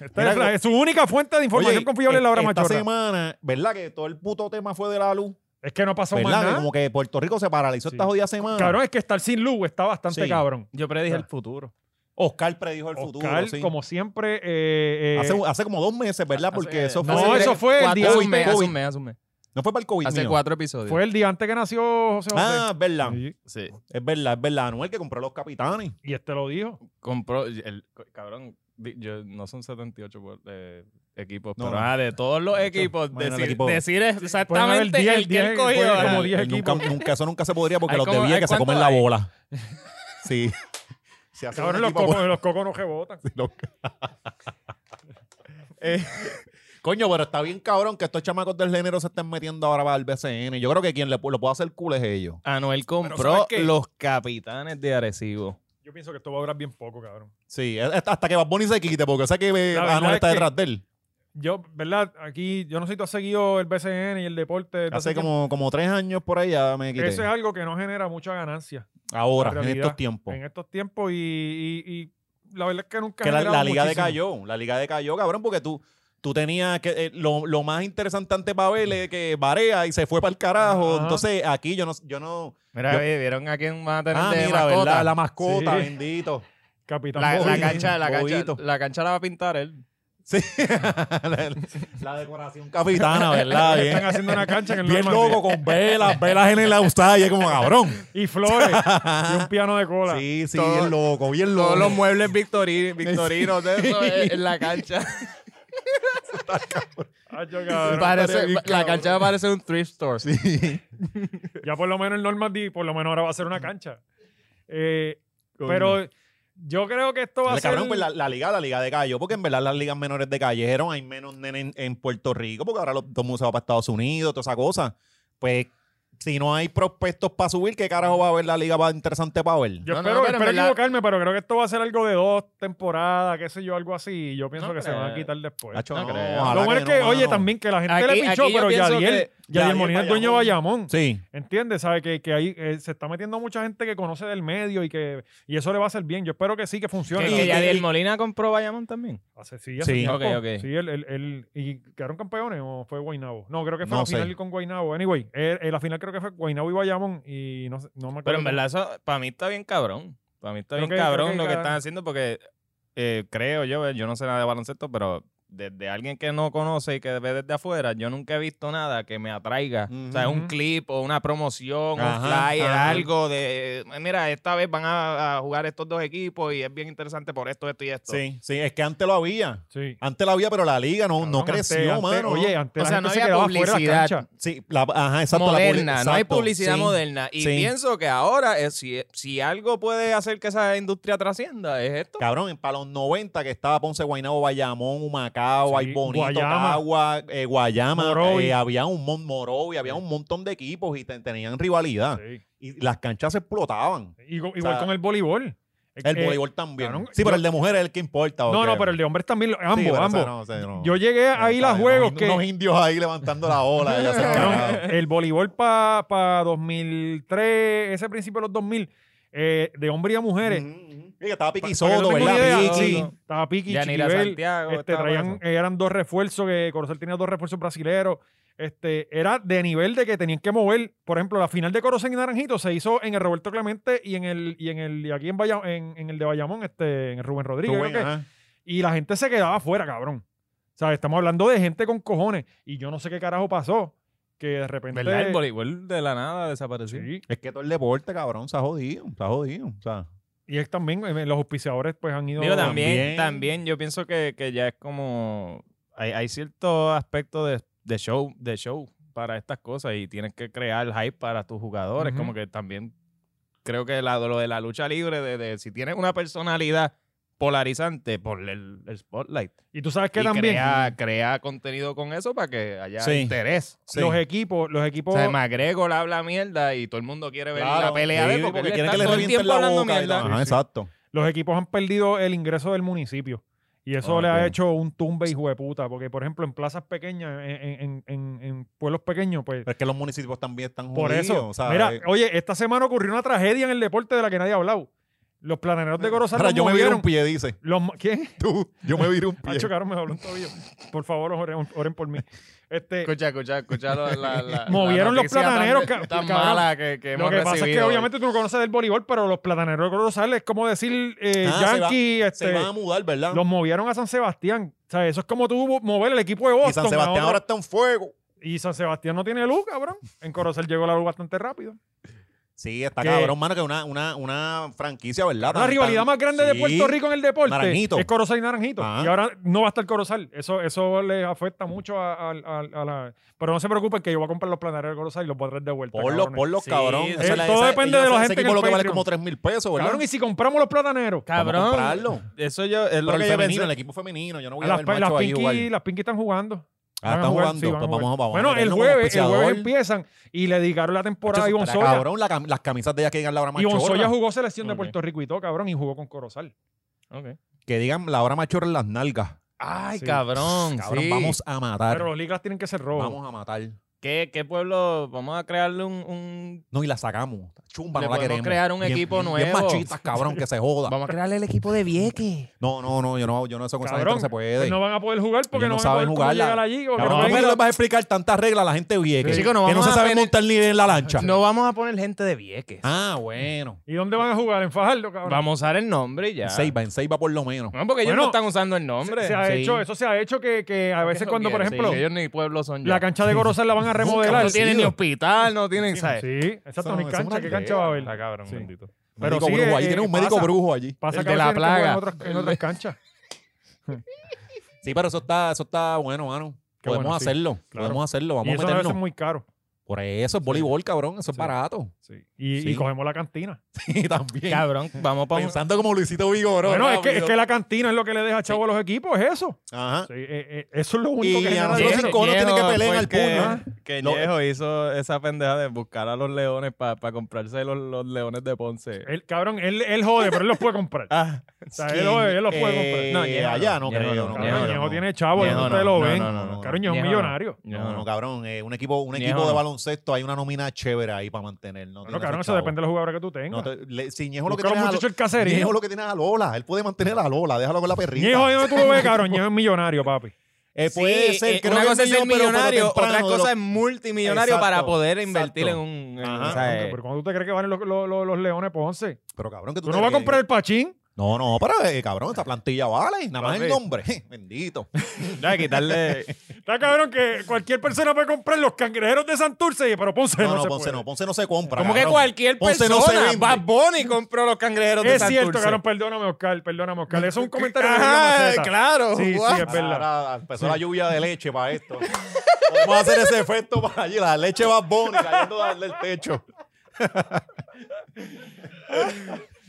S2: Esta
S3: Mira,
S2: es, la- su única fuente de información
S3: Oye,
S2: confiable es la hora
S3: esta
S2: machorra.
S3: semana, ¿verdad? Que todo el puto tema fue de la luz.
S2: Es que no pasó más
S3: ¿Verdad? Que
S2: nada.
S3: como que Puerto Rico se paralizó
S2: Sí.
S3: esta jodida semana.
S2: Cabrón, es que estar sin luz está bastante
S3: Sí.
S2: cabrón.
S4: Yo predije el futuro.
S3: Oscar predijo el
S2: Oscar,
S3: futuro. sí.
S2: como siempre, eh, eh,
S3: hace, hace como dos meses, ¿verdad? Porque
S4: Hace-
S3: eso fue.
S2: no,
S4: hace
S2: eso
S4: tres-
S2: fue el
S4: cuatro-
S2: día-
S4: hace un
S2: COVID,
S4: mes, hace
S3: COVID.
S4: un mes, hace un mes.
S3: No fue para el COVID.
S4: Hace
S3: mío.
S4: cuatro episodios.
S2: fue el día antes que nació José José.
S3: Ah, es verdad.
S2: Sí.
S4: Sí.
S3: Es verdad, es verdad. Anuel que compró los capitanes.
S2: Y este lo dijo.
S4: Compró. El, cabrón, di- yo, no son 78 por- eh, equipos,
S3: No,
S4: pero
S3: no.
S4: ah, de todos los equipos.
S3: Bueno, el
S4: Decir,
S3: equipo-
S4: decir
S2: Pueden haber
S4: exactamente
S2: 10,
S4: el que él
S2: 10,
S4: cogió.
S2: puede haber como
S4: ah,
S2: 10
S3: Eh, nunca, nunca- eso nunca se podría porque
S4: Hay
S3: los
S4: como-
S3: de
S4: hay
S3: Vieques se
S4: cuántos
S3: comen la
S4: hay.
S3: bola. Sí. Se hace
S2: Cabrón,
S3: un
S2: los
S3: equipo-
S2: cocos, los cocos no rebotan.
S3: Los- Eh, coño, pero está bien cabrón que estos chamacos del género se estén metiendo ahora para el BCN. Yo creo que quien le, pu- lo puede hacer cool es ellos.
S4: Anuel
S2: ¿sabes
S4: compró
S2: qué?
S4: los capitanes de Arecibo.
S2: Yo pienso que esto va a durar bien poco, cabrón.
S3: Sí, es- hasta hasta que Bad Bunny se quite, porque sé que eh,
S2: La verdad
S3: Anuel
S2: es
S3: está
S2: que-
S3: detrás de él.
S2: Yo, ¿verdad? Aquí, yo no sé si tú has seguido el BCN y el deporte. desde
S3: Hace
S2: hace
S3: como, como tres años por ahí ya me
S2: tiempo.
S3: quité.
S2: Eso es algo que no genera mucha ganancia
S3: Ahora,
S2: la
S3: en
S2: realidad,
S3: estos tiempos.
S2: en estos tiempos y, y- y la verdad es que nunca. ha
S3: que la,
S2: generado
S3: la liga
S2: muchísimo.
S3: decayó, la liga decayó, cabrón, porque tú, tú tenías que eh, lo, lo más interesante ante Pavel es que Varea y se fue para el carajo.
S2: Ajá.
S3: Entonces, aquí yo no, yo no.
S4: Mira,
S3: Yo-
S4: oye, ¿vieron a quién van a tener
S3: Ah,
S4: de
S3: mira,
S4: mascota?
S3: ¿verdad? La mascota,
S2: Sí.
S3: bendito.
S2: Capitán
S4: La, la
S2: Bobby.
S4: cancha, la, cancha,
S3: Bobito.
S4: la cancha la va a pintar él.
S3: Sí. la, la decoración capitana, ¿verdad?
S2: Están
S3: Bien,
S2: haciendo una cancha que no
S3: bien
S2: es
S3: loco con velas, velas en el outside, y es como cabrón.
S2: Y flores. y un piano de cola.
S3: Sí, sí,
S4: Todo-
S3: bien loco, bien loco.
S4: Todos los muebles victori- victorinos de eso en en la cancha.
S2: Ay, yo, cabrón.
S4: Parece-
S3: estaría bien,
S4: la
S3: cabrón.
S4: cancha va a parecer un thrift store.
S2: Ya por lo menos el Normandy, por lo menos ahora va a ser una cancha. Eh, pero yo creo que esto va a
S3: Dale,
S2: ser.
S3: cabrón, pues la, la liga, la liga decayó, porque en verdad las ligas menores decayeron, hay menos nenes en, en Puerto Rico, porque ahora los, todo el mundo se va para Estados Unidos, toda esa cosa. Pues, si no hay prospectos para subir, ¿qué carajo va a haber la liga más interesante para ver?
S2: Yo
S4: No, no,
S2: espero,
S4: no, pero en
S2: espero
S4: verdad-
S2: equivocarme, pero creo que esto va a ser algo de dos temporadas, qué sé yo, algo así. y Yo pienso
S4: No
S2: que se
S4: creo.
S2: van a quitar después.
S3: Nacho,
S4: no
S3: no,
S4: creo.
S3: ojalá
S2: Lo bueno es que,
S3: no,
S2: oye,
S3: mano.
S2: también que la gente
S4: Aquí-
S2: le pinchó,
S4: aquí yo
S2: pero
S4: pienso
S2: Yadiel, Yadiel
S3: Yadiel
S2: Molina es dueño de Bayamón.
S3: Sí.
S2: ¿Entiendes? ¿Sabe? Que, que ahí eh, se está metiendo mucha gente que conoce del medio y que y eso le va a hacer bien. Yo espero que sí, que
S4: ¿Que,
S2: funcione.
S4: que
S3: Y-
S4: Yadiel Molina compró Bayamón también.
S2: Hace- sí, hace
S3: Sí.
S2: tiempo.
S4: Ok, ok.
S2: Sí, el, el- el- ¿Y quedaron campeones o fue Guainabo? No, creo que fue
S3: No
S2: la
S3: sé.
S2: final con Guainabo. Anyway, eh, eh, la final creo que fue Guainabo y Bayamón y no, sé- no me acuerdo.
S4: Pero en verdad, eso para mí está bien cabrón. Para mí está
S2: Creo
S4: bien
S2: que-
S4: cabrón
S2: creo que
S4: lo que
S2: cada-
S4: están haciendo porque eh, creo yo, eh, yo no sé nada de baloncesto, pero desde alguien que no conoce y que ve desde afuera, yo nunca he visto nada que me atraiga. O sea,
S2: Ujú.
S4: un clip o una promoción, un
S3: Ajá,
S4: flyer,
S3: ajá.
S4: algo de. eh, Mira, esta vez van a, a jugar estos dos equipos y es bien interesante por esto, esto y esto.
S3: Sí, sí, es que antes lo había.
S2: Sí.
S3: Antes lo había, pero la liga no, no
S2: Cabrón, antes-
S3: creció,
S2: antes-
S3: mano.
S2: Oye, antes
S4: O
S2: la
S4: sea,
S2: gente
S4: no
S2: se
S4: había
S2: quedaba fuera de la
S4: publicidad.
S2: cancha.
S3: Sí, la, ajá, exacto. la publi-
S4: moderna, no hay
S3: exacto,
S4: publicidad
S3: sí.
S4: moderna. Y
S3: sí.
S4: pienso que ahora, eh, si, si algo puede hacer que esa industria trascienda, es esto.
S3: Cabrón, para los 90 que estaba Ponce, Guaynabo, Bayamón, Humacao,
S2: Sí,
S3: Aybonito,
S2: Guayama.
S3: Cagua, eh, Guayama,
S2: Morovi.
S3: eh, había un mon Morovi, había un montón de equipos y te- tenían rivalidad.
S2: Sí.
S3: Y las canchas se explotaban.
S2: Igual, igual
S3: O sea,
S2: con el voleibol.
S3: El
S2: Eh,
S3: voleibol también.
S2: cabrón,
S3: sí, pero
S2: yo-
S3: el de mujer es el que importa.
S2: No,
S3: ok.
S2: no, pero el de hombres también. lo- Ambos,
S3: Sí, pero, o sea,
S2: ambos.
S3: no, o sea, no.
S2: Yo llegué
S3: No,
S2: ahí
S3: está
S2: los
S3: bien,
S2: juegos
S3: unos-
S2: que.
S3: Unos indios ahí levantando la ola. ya se han
S2: Cabrón,
S3: cagado.
S2: el voleibol para pa 2003, ese principio de los 2000, eh, de hombres y a mujeres.
S3: Ujú, ujú. Sí, que estaba Piqui
S2: Para que
S3: Soto,
S2: no tenga
S3: ¿verdad?
S2: idea,
S3: Piqui.
S2: sí, Estaba Piqui,
S4: Yanira
S2: Chiribel,
S4: Santiago.
S2: este,
S4: estaba
S2: traían,
S4: eso.
S2: eh, eran dos refuerzos que Corozal tenía dos refuerzos brasileros. Este, era de nivel de que tenían que mover. Por ejemplo, la final de Corozal y Naranjito se hizo en el Roberto Clemente y en el, y en el, y aquí en, Bayam- en, en el de Bayamón, este, en el Rubén Rodríguez.
S3: Rubén,
S2: creo que.
S3: ajá.
S2: y la gente se quedaba afuera, cabrón. O sea, estamos hablando de gente con cojones. Y yo no sé qué carajo pasó. Que de repente.
S4: ¿Verdad? El voleibol de la nada desapareció.
S2: Sí.
S3: Es que todo el deporte, cabrón, se ha jodido. Se ha jodido. O sea.
S2: Y es también, eh, los auspiciadores pues han ido.
S4: Digo, también,
S3: también.
S4: también yo pienso que, que ya es como. Hay, hay cierto aspecto de, de show, de show para estas cosas y tienes que crear hype para tus jugadores.
S2: Ujú.
S4: Como que también creo que la- lo de la lucha libre, de, de si tienes una personalidad polarizante, ponle el, el spotlight.
S2: Y tú sabes que
S4: Y
S2: también
S4: crea, crea contenido con eso para que haya
S3: Sí.
S4: interés.
S2: los equipos, los equipos.
S4: O sea, McGregor habla mierda y todo el mundo quiere ver
S3: Claro,
S4: la pelea de
S3: sí,
S4: él porque, él
S3: quieren
S4: está
S3: que le
S4: todo el
S3: revienten
S4: tiempo
S3: la
S4: hablando
S3: boca y todo.
S4: mierda.
S3: Ajá,
S2: Sí, sí.
S3: exacto.
S2: los equipos han perdido el ingreso del municipio. Y eso
S4: Ah,
S2: le ha
S4: ok.
S2: hecho un tumbe hijo de puta. Porque, por ejemplo, en plazas pequeñas, en, en- en- en pueblos pequeños, pues.
S3: Pero es que los municipios también están
S2: Por
S3: jodidos,
S2: eso.
S3: o sea,
S2: mira,
S3: eh,
S2: oye, esta semana ocurrió una tragedia en el deporte de la que nadie ha hablado. Los plananeros de Corozal.
S3: ahora
S2: los
S3: yo me viré
S2: movieron.
S3: un pie, dice.
S2: Los mo- ¿Quién?
S3: Tú, yo me viré un pie.
S2: Hacho, cabrón, me dobló un tobillo. Por favor, oren, oren por mí. Este,
S4: Escucha, escucha, escucha lo- la, la-
S2: Movieron
S4: la
S2: los
S4: noticia
S2: plataneros,
S4: tan,
S2: ca-
S4: tan
S2: cabrón.
S4: mala que,
S2: lo
S4: que hemos
S2: que pasa es que
S4: recibido.
S2: obviamente tú no conoces del voleibol, pero los plataneros de Corozal es como decir eh,
S3: Ah, se va-
S2: Yankee,
S3: Se
S2: este,
S3: van a mudar, ¿verdad?
S2: los movieron a San Sebastián. O sea, eso es como tú mover el equipo de Boston.
S3: y San
S2: a
S3: Sebastián
S2: otro-
S3: ahora está en fuego.
S2: Y San Sebastián no tiene luz, cabrón. En Corozal llegó la luz bastante rápido.
S3: Sí, está
S2: Que-
S3: cabrón, mano, que una, una, una franquicia, ¿verdad?
S2: La
S3: Tan-
S2: rivalidad
S3: tan-
S2: más grande de
S3: Sí.
S2: Puerto Rico en el deporte
S3: Naranjito. Ah.
S2: es Corozal y Naranjito.
S3: Ajá.
S2: Y ahora no va a estar Corozal. Eso, eso le afecta mucho a, a- a- a la... Pero no se preocupen que yo voy a comprar los plananeros de Corozal y los voy a traer de vuelta.
S3: Por los,
S2: cabrones.
S3: por los
S4: Sí,
S3: cabrón.
S4: sí.
S3: Esa es la-
S2: Todo
S3: esa-
S2: depende
S3: ellos-
S2: de la
S3: ese
S2: gente en
S3: equipo
S2: el
S3: lo que vale
S2: Patreon.
S3: como 3 mil pesos, ¿verdad?
S2: Cabrón, y si compramos los plataneros.
S3: Vamos a
S4: Cabrón.
S3: comprarlo.
S4: Eso yo
S3: Pero
S4: es lo que
S3: que
S4: yo
S3: yo pensé
S4: venía-
S3: en el equipo femenino, yo no voy a
S2: Las,
S3: ver
S2: pa- las,
S3: macho ahí jugar.
S2: pinky, las Pinky están jugando.
S3: Ah,
S2: Van a
S3: están
S2: jugar,
S3: jugando.
S2: sí, van a
S3: Pues
S2: jugar.
S3: vamos, vamos.
S2: bueno,
S3: a
S2: el
S3: meternos como
S2: jueves, el
S3: auspiciador.
S2: jueves empiezan y le dedicaron la temporada
S3: Chacho,
S2: a Ivonne
S3: estará
S2: Soya.
S3: Cabrón, la cam- las camisas de ella que digan Laura
S2: Ivonne Soya
S3: Machorra.
S2: jugó selección de
S4: Ok.
S2: Puerto Rico y todo, cabrón, y jugó con Corozal.
S4: Ok.
S3: Que digan Laura Machorra en las nalgas.
S4: Ay,
S2: Sí.
S4: cabrón.
S3: Cabrón,
S4: sí.
S3: vamos a
S2: Pero
S3: matar.
S2: los ligas tienen que ser robos.
S3: Vamos a matar.
S4: ¿Qué, qué pueblo? Vamos a crearle un. un-
S3: No, y la sacamos. Chumba,
S4: Le
S3: no la
S4: podemos
S3: queremos.
S4: crear un equipo
S3: Bien
S4: nuevo.
S3: machistas, cabrón, que se joda.
S4: Vamos a crearle el equipo de Vieque.
S3: No, no, no, yo no, yo no eso con esa gente
S2: Cabrón,
S3: no se puede.
S2: pues no van a poder jugar porque
S3: Ellos
S2: no,
S3: no
S2: van
S3: saben
S2: a poder cómo
S3: jugarla.
S2: llegar allí. porque
S3: Cabrón,
S2: no
S3: ¿cómo
S2: ven
S3: tú
S2: la-
S3: les vas a explicar tantas reglas a la gente vieja?
S4: Sí, chicos, no
S3: que no
S4: vamos
S3: se
S4: a
S3: saben
S4: tener-
S3: montar ni en la lancha.
S4: No vamos a poner gente de Vieques.
S3: Ah, bueno.
S2: ¿Y dónde van a jugar? En Fajardo, cabrón.
S4: Vamos a usar el nombre y ya.
S3: En Seiba, en Seiba por lo menos.
S4: No, porque ellos
S2: Bueno,
S4: no están usando el nombre.
S2: Se, se ha
S3: sí.
S2: hecho, eso se ha hecho que, que a veces cuando, por
S4: Sí,
S2: ejemplo,
S4: ellos ni pueblo son ya.
S2: la cancha de Corozal la van a remodelar.
S4: No tienen ni
S3: sido.
S4: hospital, no tienen, ¿sabes?
S2: Sí, exacto,
S3: Eso
S2: ni
S3: no- eso es
S2: cancha.
S3: una
S2: ¿Qué cancha va a haber?
S4: Está cabrón,
S2: Sí.
S4: bendito.
S2: Pero
S3: médico
S2: sí,
S3: brujo, ahí
S2: eh,
S3: tiene un médico
S2: pasa.
S3: brujo allí.
S2: Pasa
S4: El
S2: que
S4: de
S2: a veces
S4: la
S2: tienen que jugar
S4: plaga.
S2: En otras, en otras canchas.
S3: Sí, pero eso está, eso está bueno, mano.
S2: Qué
S3: Podemos
S2: bueno, sí.
S3: hacerlo.
S2: Claro.
S3: Podemos hacerlo. Vamos
S2: y
S3: a
S2: eso a
S3: meternos.
S2: veces es muy caro.
S3: Por eso es voleibol, cabrón. Eso es
S2: Sí.
S3: barato.
S2: Y,
S3: Sí.
S2: y cogemos la cantina.
S3: Sí, también.
S4: Cabrón, vamos para un...
S3: Pensando como Luisito Vigoró.
S2: bueno, es que, es
S3: rápido.
S2: que la cantina es lo que le deja chavo a los equipos, es eso.
S3: Ajá.
S2: Sí, eh, eh, eso es lo único
S3: Y
S2: que
S3: a
S2: genera
S3: nosotros
S2: dinero.
S3: cinco conos tienen que pelear en el
S4: porque-
S3: puño.
S4: Que
S3: Lo-
S4: Ñejo hizo esa pendeja de buscar a los leones para comprarse los, los leones de Ponce.
S2: Él, cabrón, él, él jode, pero él los puede comprar.
S4: Ah,
S2: O sea, él, lo- él los puede comprar.
S3: Eh,
S4: No, Ñejo no.
S3: allá no
S4: Ñejo
S3: creo.
S4: no,
S3: no
S4: Ñejo
S2: Cabrón,
S3: creo,
S2: Ñejo
S3: no.
S2: tiene chavo,
S4: Ñejo
S2: ustedes
S4: no,
S2: lo
S4: no,
S2: ven.
S4: no, no, no.
S2: Cabrón, Ñejo es
S4: Ñejo no.
S2: millonario.
S3: No, no, cabrón. eh, un equipo, un
S4: Ñejo
S3: equipo de
S4: no.
S3: baloncesto, hay una nómina chévere ahí para mantener. No,
S2: Bueno,
S3: tiene
S2: cabrón,
S3: esos
S2: eso
S3: chavos.
S2: depende de los jugadores que tú tengas.
S3: No, te- le- si Ñejo lo que
S2: Busca a
S3: tiene
S2: los
S3: es a
S2: muchachos el
S3: Lo-
S2: caserío.
S3: Ñejo lo que tiene es a Lola. Él puede mantener a Lola. Déjalo con la perrita.
S2: Ñejo, dime tú lo ves, cabrón. Ñejo es millonario, papi.
S3: Eh, puede
S4: Sí,
S3: ser.
S4: eh,
S3: creo
S4: una
S3: que
S4: cosa es ser
S3: millón, pero- pero
S4: millonario,
S3: temprano
S4: otra
S3: de
S4: cosa es
S3: los-
S4: multimillonario
S3: Exacto,
S4: para poder invertir
S3: exacto.
S4: en un... en-
S3: Ajá.
S4: o sea, eh.
S2: Pero cuando tú te crees que van los, los, los, los leones Ponce,
S3: Pero cabrón, que Ah, tú,
S2: tú
S3: te
S2: no vas a
S3: crees
S2: comprar el pachín.
S3: que- No, no, pero eh, cabrón, esta plantilla vale. Nada más el
S4: Papi.
S3: nombre. Bendito.
S4: ya, quitarle...
S2: Está cabrón que cualquier persona puede comprar los cangrejeros de Santurce, pero Ponce
S3: No,
S2: no,
S3: no,
S2: se
S3: Ponce
S2: puede.
S3: no. Ponce no se compra.
S4: Como que
S3: cabrón.
S4: cualquier
S3: Ponce
S4: persona.
S3: no se vende.
S4: Bad Bunny compró los cangrejeros de
S2: Es cierto,
S4: Santurce.
S2: cabrón, perdóname, Oscar, perdóname, Oscar. Eso es un comentario que me
S4: Ajá,
S2: dio Maceta.
S4: claro.
S2: Sí,
S4: guau.
S2: sí, es verdad.
S3: Ahora empezó la lluvia de leche para esto. Vamos a hacer ese efecto para allí. La leche va Bunny cayendo del- del techo.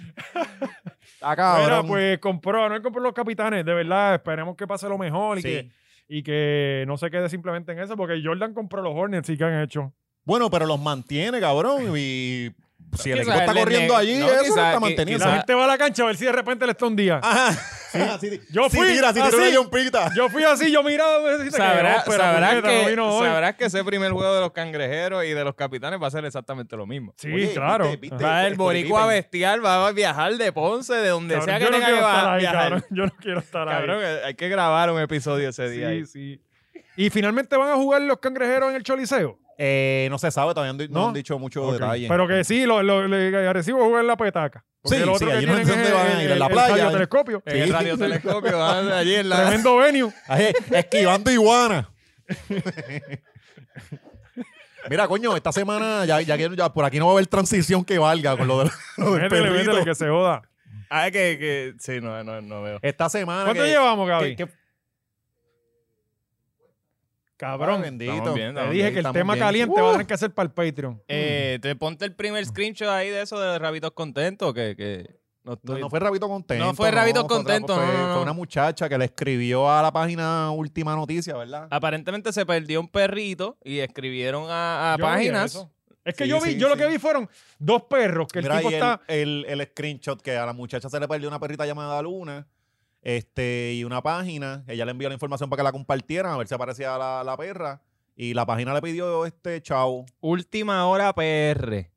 S3: Está
S2: Mira,
S3: cabrón.
S2: pues compró, no compró los capitanes, de verdad, esperemos que pase lo mejor y,
S3: Sí.
S2: que, y que no se quede simplemente en eso, porque Jordan compró los Hornets y que han hecho.
S3: Bueno, pero los mantiene, cabrón. Y si el
S4: Quizás
S3: equipo está
S4: le
S3: corriendo
S4: neg-
S3: allí,
S4: no,
S3: eso lo
S4: quizás-
S3: está
S4: qui-
S2: Y
S3: manteniendo.
S2: la
S4: quizás-
S2: gente va a la cancha a ver si de repente le está un día.
S4: Ah.
S3: Ajá. Sí,
S2: Yo
S3: sí
S2: fui
S3: tira, sí tira una
S2: así.
S3: yompita.
S2: Yo fui así, yo miraba, me decía,
S4: Sabrá-
S2: "No, pero
S4: sabrás
S2: puñeta, no
S4: que,
S2: vino hoy".
S4: sabrás que ese primer juego de los cangrejeros y de los capitanes va a ser exactamente lo mismo.
S2: Sí,
S3: Oye,
S2: claro.
S3: viste, viste,
S4: Va el
S3: Este,
S4: boricua
S3: Felipe.
S4: bestial, va a viajar de Ponce, de donde
S2: Cabrón,
S4: sea que
S2: yo no
S4: tenga
S2: quiero
S4: que
S2: estar
S4: va-
S2: ahí,
S4: viajar.
S2: cabrón. Yo no quiero estar ahí.
S4: Cabrón, eh, hay que grabar un episodio ese día. ahí.
S2: Sí, sí. Y finalmente van a jugar los cangrejeros en el Choliseo.
S3: Eh, no se sabe, todavía no,
S2: ¿No?
S3: han dicho mucho
S2: Ok.
S3: detalle.
S2: Pero que sí, lo, lo, le- Arecibo juega en la petaca. Porque
S3: Sí,
S2: el otro
S3: sí,
S2: que
S3: allí no
S2: tienen
S3: es donde
S2: es
S3: van a
S2: el-
S3: ir, en la
S2: el
S3: playa. Eh,
S2: radiotelescopio.
S4: En el
S3: Sí.
S4: radiotelescopio, va allí en la.
S2: Tremendo venue.
S3: Ay, Esquivando iguana. Mira, coño, esta semana ya, ya, que- ya por aquí no va a haber transición que valga con lo, de, lo del
S2: Métele,
S3: perrito.
S2: métele, que se joda.
S4: Ah, que, que. Sí, no, no, no veo. Ah,
S3: Esta semana.
S2: ¿Cuánto
S3: que-
S2: llevamos, Gaby?
S3: que- que-
S2: Cabrón.
S3: bendito.
S4: bien,
S2: Te
S4: estamos
S2: dije
S4: bien,
S2: que el
S4: estamos
S2: tema
S4: bien.
S2: caliente va a
S3: Uh.
S2: tener que hacer para el Patreon.
S4: Eh, te ponte el primer screenshot ahí de eso de Rabitos Contentos, que, que
S3: No,
S4: no estoy...
S3: no fue Rabito Contento.
S4: No fue Rabito
S3: fue otra-
S4: Contento,
S3: Fue,
S4: no, no, no.
S3: fue una muchacha que le escribió a la página Última Noticia, ¿verdad?
S2: Ah,
S4: Aparentemente se perdió un perrito y escribieron a,
S2: Yo
S4: a
S2: vi
S4: páginas.
S2: eso. Es que
S3: Sí,
S2: yo vi,
S3: sí,
S2: yo lo
S3: sí.
S2: que vi fueron dos perros que el
S3: Mira,
S2: tipo
S3: y el,
S2: está.
S3: el- el screenshot que a la muchacha se le perdió una perrita llamada Luna este, y una página. Ella le envió la información para que la compartieran, a ver si aparecía la, la perra. Y la página le pidió este chao.
S4: Última hora PR.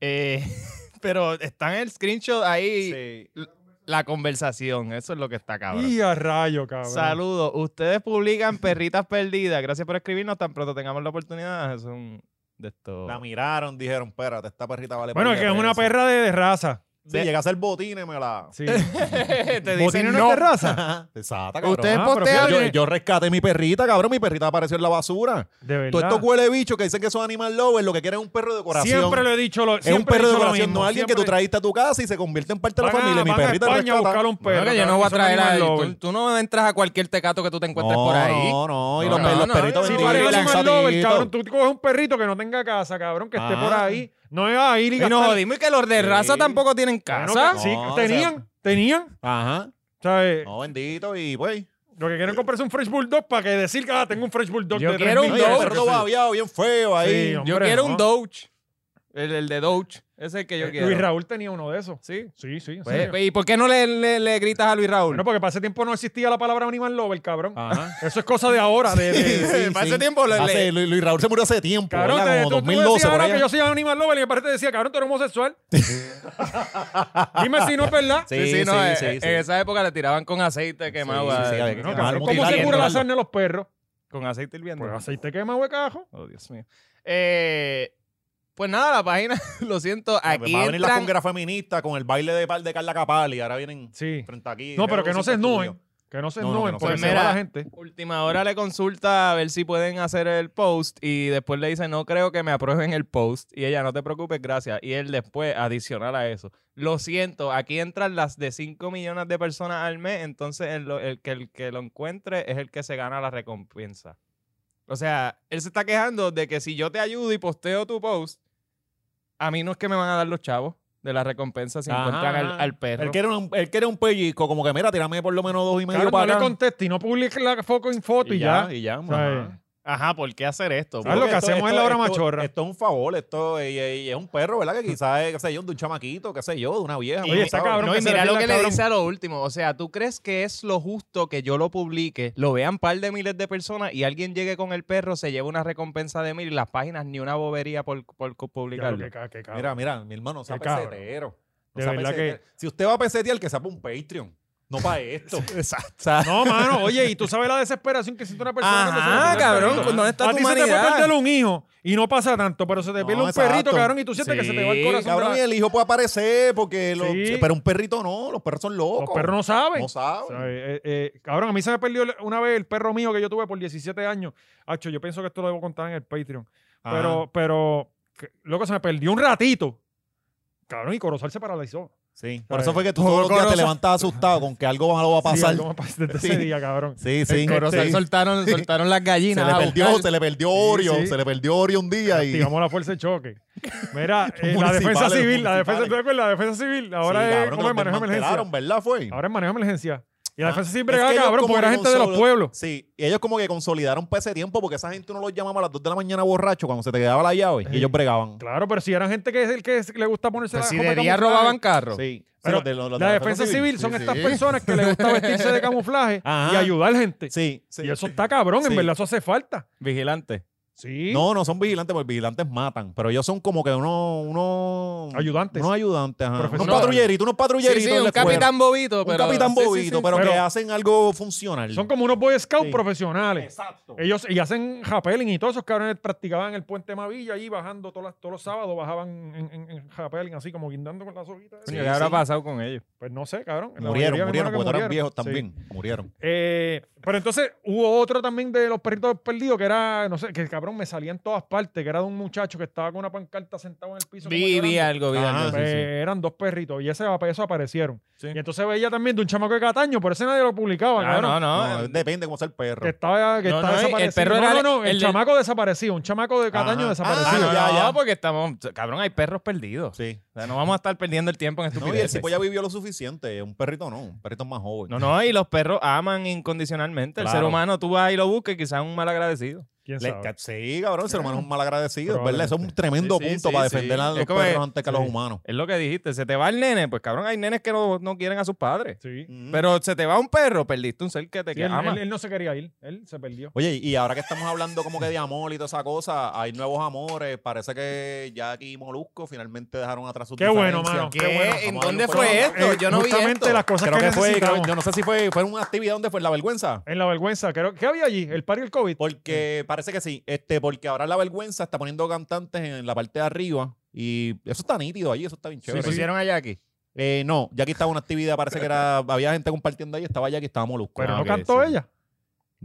S4: Eh, pero está en el screenshot ahí
S3: Sí.
S4: la conversación. Eso es lo que está cabrón.
S2: Y a rayo, cabrón.
S4: Saludos. Ustedes publican perritas perdidas. Gracias por escribirnos. Tan pronto tengamos la oportunidad. Es un de estos.
S3: La miraron, dijeron, espérate, esta perrita vale
S2: Bueno,
S3: par
S2: es
S3: de
S2: que es una
S3: pesos".
S2: perra de, de raza.
S3: Si llega a ser botines, me la.
S2: Sí.
S4: Te
S2: ¿Botines no es de
S4: dicen no.
S2: raza?
S3: Exacto,
S4: Ustedes
S2: Ah, pero
S4: postean.
S3: Yo, yo rescaté mi perrita, cabrón. Mi perrita apareció en la basura.
S2: De verdad.
S3: Todos estos huele bichos que dicen que son animal lovers, lo que quieren es un perro de corazón.
S2: Siempre lo he dicho. Lo,
S3: es un
S2: siempre he
S3: perro
S2: dicho
S3: de
S2: lo
S3: corazón,
S2: mismo,
S3: no alguien que tú
S2: siempre.
S3: trajiste a tu casa y se convierte en parte de la
S2: Van a-
S3: familia. Mi
S2: van a
S3: perrita
S2: España a
S3: rescata.
S2: buscar un perro.
S4: Bueno, que yo no voy a
S2: cabrón, que
S4: traer
S2: son
S4: a.
S2: animal
S4: Tú,
S2: lover.
S4: tú no entras a cualquier tecato que tú te encuentres
S3: no,
S4: por ahí.
S3: No, no, y los,
S4: No,
S3: pe-
S4: no,
S3: los
S4: no,
S3: perritos
S4: sí,
S2: Si
S4: Sí,
S2: tú
S3: vendidos,
S2: eres
S4: el
S2: animal
S3: lanzaditos.
S2: lover, cabrón, tú coges un perrito que no tenga casa, cabrón, que esté
S3: Ah.
S2: por ahí. No es ahí, liga.
S4: nos jodimos y que los de
S3: Sí.
S4: raza tampoco tienen
S2: Bueno,
S4: casa.
S2: que- sí,
S3: No,
S2: tenían,
S3: o sea-
S2: tenían.
S3: Ajá.
S2: ¿sabes?
S3: No, bendito, y pues, güey.
S2: Lo que quieren comprarse un French Bulldog para que decir que ah, tengo un French Bulldog
S4: Yo
S2: de
S4: quiero un
S3: No,
S2: 3.000
S3: y el
S4: dog.
S2: pesos,
S3: perro
S2: que sí.
S3: babeado, bien feo ahí.
S2: Sí,
S4: yo
S2: hombre,
S4: quiero
S2: no. Eh,
S4: un Doge. El, el de Doge. Ese es el que yo quiero.
S2: Luis Raúl tenía uno de esos.
S4: Sí.
S2: Sí, sí. en
S4: Pues,
S2: serio.
S4: pues, ¿Y por qué no le, le- le gritas a Luis Raúl?
S2: Bueno, porque para ese tiempo no existía la palabra animal lover, cabrón.
S3: Ajá.
S2: Eso es cosa de ahora. De, de-
S3: Sí, sí,
S4: Para
S3: sí.
S4: ese tiempo le-
S3: Hace- Luis, Luis Raúl se murió hace tiempo,
S2: Cabrón,
S3: ¿verdad?
S2: te,
S3: como
S2: tú,
S3: 2012
S2: tú decías,
S3: por
S2: "Ah, no,
S3: allá.
S2: que yo soy animal lover y aparte te decía, cabrón, tú eres homosexual. Dime si no es verdad.
S3: Sí, sí,
S4: no, eh,
S3: sí,
S4: eh,
S3: sí.
S4: En esa época le tiraban con aceite eh, quemado.
S3: sí,
S4: a-
S3: sí, a ver,
S4: no,
S2: No,
S3: qué mal
S4: cabrón,
S2: cabrón, ¿Cómo se
S3: motivado.
S2: cura la sarna de los perros?
S4: Con aceite hirviendo.
S2: Pues aceite quema, güey, cajo.
S4: Oh, Dios mío. Eh, pues nada, la página, lo siento, aquí
S3: Va a venir pues, la
S4: entran...
S3: conguera feminista con el baile de, par de Carla Capali. Ahora vienen
S2: Sí.
S3: frente aquí.
S2: No, pero que no se
S3: esnúen.
S2: esnúen. Que no se
S3: No, no,
S2: esnúen
S3: que no se
S2: porque se
S4: esnúen.
S2: va la gente.
S4: Última hora le consulta a ver si pueden hacer el post y después le dice, no creo que me aprueben el post. Y ella, no te preocupes, gracias. Y él después, adicional a eso, lo siento, aquí entran las de 5 millones de personas al mes, entonces el, lo- el que, el que lo encuentre es el que se gana la recompensa. O sea, él se está quejando de que si yo te ayudo y posteo tu post, a mí no es que me van a dar los chavos de la recompensa si
S3: Ajá,
S4: encuentran al,
S3: ajá.
S4: al perro.
S3: Él quiere, un, él quiere un pellizco, como que mira, tírame por lo menos dos y medio
S2: Cabrón, no
S3: para
S2: le
S3: acá.
S2: contestes y no publiques la foto en foto y, ya.
S3: Y ya,
S2: ¿Sabes?
S3: ajá.
S4: Ajá, ¿por qué hacer esto?
S2: ¿Sabes lo
S3: Porque
S2: que hacemos en la hora
S3: esto-
S2: machorra?
S3: Esto es un favor, esto y- y- y es un perro, ¿verdad? Que quizás es, qué sé yo, de un chamaquito, qué sé yo, de una vieja.
S2: Oye,
S3: uno no
S2: está
S3: sabe.
S2: cabrón.
S4: No,
S2: que
S4: y
S2: se
S4: Pues mira lo
S2: defienda,
S4: que le
S2: cabrón.
S4: dice a lo último. O sea, ¿tú crees que es lo justo que yo lo publique, lo vean par de miles de personas y alguien llegue con el perro, se lleve una recompensa de mil y las páginas ni una bobería por, por
S2: Diablo,
S4: publicarlo?
S2: qué ca- qué cabrón.
S3: Mira, mira, mi hermano, no sea
S2: Qué cabrón.
S3: pesetero. No
S2: De
S3: sea
S2: verdad que-
S3: pesetero. Si usted va a pesetear, que sea para un Patreon, no para esto. Exacto.
S2: No, mano, oye, y tú sabes la desesperación que siente una persona. cuando se le
S4: Ajá,
S2: pierde un
S4: cabrón,
S2: perrito.
S4: ¿dónde está
S2: a
S4: tu
S2: ti se te puede
S4: humanidad?
S2: perder un hijo y no pasa tanto, pero se te
S3: No,
S2: pierde un
S3: exacto.
S2: perrito, cabrón, y tú sientes que se te va el
S4: Sí,
S2: corazón. de
S3: Cabrón,
S2: la-
S3: y el hijo puede aparecer porque lo-
S2: Sí.
S3: pero un perrito no, los perros son locos.
S2: Los perros no saben.
S3: No saben.
S2: ¿Sabes? Eh, eh, cabrón, a mí se me perdió una vez el perro mío que yo tuve por 17 años. Hacho, yo pienso que esto lo debo contar en el Patreon.
S3: Ajá.
S2: Pero, pero, que- loco, se me perdió un ratito. Cabrón, y Corozal se paralizó.
S3: Sí, por
S2: Ay.
S3: eso fue que tú todos los días
S4: Corosa.
S3: te levantas asustado con que algo malo va a pasar.
S2: Sí, ¿cómo pasa desde ese
S3: Sí.
S2: día, cabrón.
S3: Sí, sí.
S4: Corozal
S3: Sí.
S4: soltaron, soltaron las gallinas.
S3: Se le
S4: a
S3: perdió,
S4: buscar.
S3: se le perdió Oreo,
S2: sí.
S3: se le perdió Oreo un día y
S2: Activamos la fuerza de choque. Mira, eh, la
S3: Municipales,
S2: defensa
S3: los
S2: civil, la defensa,
S3: municipales.
S2: ¿tú te acuerdas? La defensa civil, ahora
S3: Sí,
S2: es
S3: cabrón, que
S2: como
S3: los
S2: el manejo de emergencia.
S3: desmantelaron, ¿verdad fue?
S2: Ahora es manejo de emergencia. Y la
S3: Ah,
S2: defensa civil
S3: es
S2: bregaba,
S3: que ellos
S2: cabrón,
S3: como
S2: porque era
S3: que
S2: gente de los
S3: consolo-
S2: pueblos.
S3: Sí, y ellos como que consolidaron para ese tiempo porque esa gente no los llamaba a las 2 de la mañana borracho cuando se te quedaba la llave
S2: Sí.
S3: y ellos bregaban.
S2: Claro, pero si eran gente que es el que es- le gusta ponerse
S4: Pues
S2: la
S4: si
S2: ropa
S4: de día
S2: camuflaje.
S4: robaban carros.
S3: Sí.
S2: Pero
S3: Sí, los de- los- los de
S2: la defensa civil, son
S3: Sí,
S2: estas
S3: sí.
S2: personas que les gusta vestirse de camuflaje y
S3: Ajá.
S2: ayudar gente.
S3: Sí, sí.
S2: Y eso está cabrón, en
S3: Sí.
S2: verdad eso hace falta.
S4: Vigilante.
S2: Sí.
S3: No, no son vigilantes, porque vigilantes matan. Pero ellos son como que unos. Unos
S2: Ayudantes.
S3: Unos ayudantes, ajá. Unos
S2: Profesionales.
S3: patrulleritos, unos
S4: Sí,
S3: patrulleritos.
S4: sí,
S3: en la
S4: un
S3: escuela.
S4: capitán bobito.
S3: Un
S4: Pero,
S3: capitán
S4: sí, sí,
S3: bobito,
S4: sí.
S3: pero, que
S2: Pero-
S3: hacen algo funcional.
S2: Son como unos Boy Scouts
S3: Sí.
S2: profesionales.
S3: Exacto.
S2: Ellos y hacen rappelling y todos esos cabrones practicaban el puente Mavilla ahí bajando todas las- todos los sábados, bajaban en, en, en rappelling así como guindando con las hojitas.
S4: Coño,
S3: Sí,
S4: ¿Qué habrá
S3: sí.
S4: pasado con ellos?
S2: Pues no sé, cabrón. La
S3: Murieron,
S2: mayoría me
S3: murieron,
S2: imagino que
S3: porque eran
S2: murieron.
S3: viejos
S2: Sí.
S3: también. Murieron.
S2: Eh, pero entonces hubo otro también de los perritos perdidos que era, no sé, que el cabrón cabrón, me salía en todas partes, que era de un muchacho que estaba con una pancarta sentado en el piso. como
S4: Vi, vi
S2: llorando.
S4: algo, vi
S3: Ajá.
S4: algo. sí,
S2: Pues,
S4: sí.
S2: Eran dos perritos y ese eso aparecieron.
S4: Sí.
S2: Y entonces veía también de un chamaco de Cataño, por eso nadie lo publicaba,
S4: Ah,
S2: cabrón.
S4: no, no.
S3: No, depende cómo sea el perro.
S2: eh, Que estaba, que
S4: No,
S2: estaba
S4: no, y el
S2: desaparecido.
S4: perro era
S2: no, no,
S4: el-
S2: no, el,
S4: el de-
S2: chamaco desaparecido, un chamaco de Cataño
S3: Ajá.
S4: Ah,
S2: desaparecido.
S4: no,
S3: sí, ya,
S4: no,
S3: ya.
S4: porque estamos. Cabrón, hay perros perdidos.
S3: Sí.
S4: O sea, no vamos a estar perdiendo el tiempo
S3: No,
S4: en
S3: y el
S4: estupideces.
S3: tipo ya vivió lo suficiente. Un perrito no, un perrito es más joven.
S4: No, no, y los perros aman incondicionalmente. El
S3: Claro.
S4: ser humano, tú vas y lo buscas y quizás un mal agradecido.
S2: ¿Quién
S3: Le-
S2: sabe?
S3: ca- sí, cabrón, el ser humano es un mal agradecido, ¿verdad?
S2: Probablemente.
S3: Eso es un tremendo
S4: Sí, sí,
S3: punto
S4: sí,
S3: para
S4: sí.
S3: defender a
S4: Es
S3: los
S4: como que-
S3: perros antes que a los
S2: sí.
S3: humanos.
S4: Es lo que dijiste. Se te va el nene, pues cabrón, hay nenes que no, no quieren a sus padres.
S2: Sí.
S3: Mm.
S4: Pero se te va un perro, perdiste un ser que te
S2: Sí,
S4: que
S2: él,
S4: ama.
S2: él- él no se quería ir, él se perdió.
S3: Oye, y ahora que estamos hablando como que de amor y toda esa cosa, hay nuevos amores. Parece que Jackie y Molusco finalmente dejaron atrás sus
S2: Qué bueno,
S3: diferencias.
S2: mano.
S4: ¿Qué?
S2: Qué bueno.
S4: ¿En
S3: Vamos a
S4: dónde
S3: darle un
S4: fue
S3: programa.
S4: esto? Yo no vi
S2: Justamente
S4: esto.
S2: las cosas
S3: Creo
S2: que,
S3: que fue, creo-
S2: necesitamos.
S3: yo no sé si fue, fue una actividad donde fue la vergüenza.
S2: En la vergüenza, creo. ¿Qué había allí? ¿El par y el COVID?
S4: Ah,
S3: Porque parece que sí, este, porque ahora la vergüenza está poniendo cantantes en la parte de arriba y eso está nítido allí, eso está bien
S4: ¿Lo
S3: chévere.
S4: pusieron a Jackie?
S3: Eh, no, Jackie estaba en una actividad, parece que era, había gente compartiendo ahí, estaba Jackie, estaba Molusco.
S2: Pero
S4: Ah,
S2: no
S4: ok,
S2: cantó
S4: sí.
S2: ella.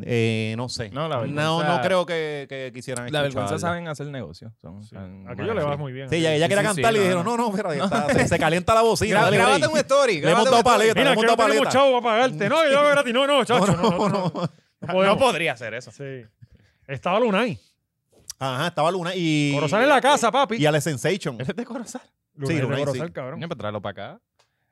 S3: Eh, no sé.
S4: No, la vergüenza-
S3: no, no creo que, que quisieran
S4: La vergüenza
S3: escucharla.
S4: saben hacer negocio. Son, son-
S2: Aquello le va muy bien.
S3: Sí, ella, ella
S4: Sí,
S3: quería
S4: sí, sí,
S3: cantar
S4: no,
S3: y dijeron,
S4: no.
S3: no, no, espérate, está- se, se calienta la bocina.
S4: Gra-
S3: dale break".
S4: grábate un story.
S3: Le hemos
S4: grábate un
S3: dado
S4: story.
S3: paleta, le
S2: Mira, que
S3: hemos
S2: no
S3: dado
S2: tenemos
S3: paleta.
S2: chavo para pagarte. No, yo voy a ver a ti. No, no, chacho. No, no, no. no, podemos.
S4: No podría hacer eso.
S2: Sí. Estaba Lunay.
S3: Ajá, estaba Luna y...
S2: Corozal en la casa, papi.
S3: Y Ale Sensation.
S4: ¿Eres de Corozal?
S2: Lunay
S3: sí,
S2: de
S3: Lunay, sí.
S2: Corozal, cabrón.
S4: Coño, pero tráelo para acá.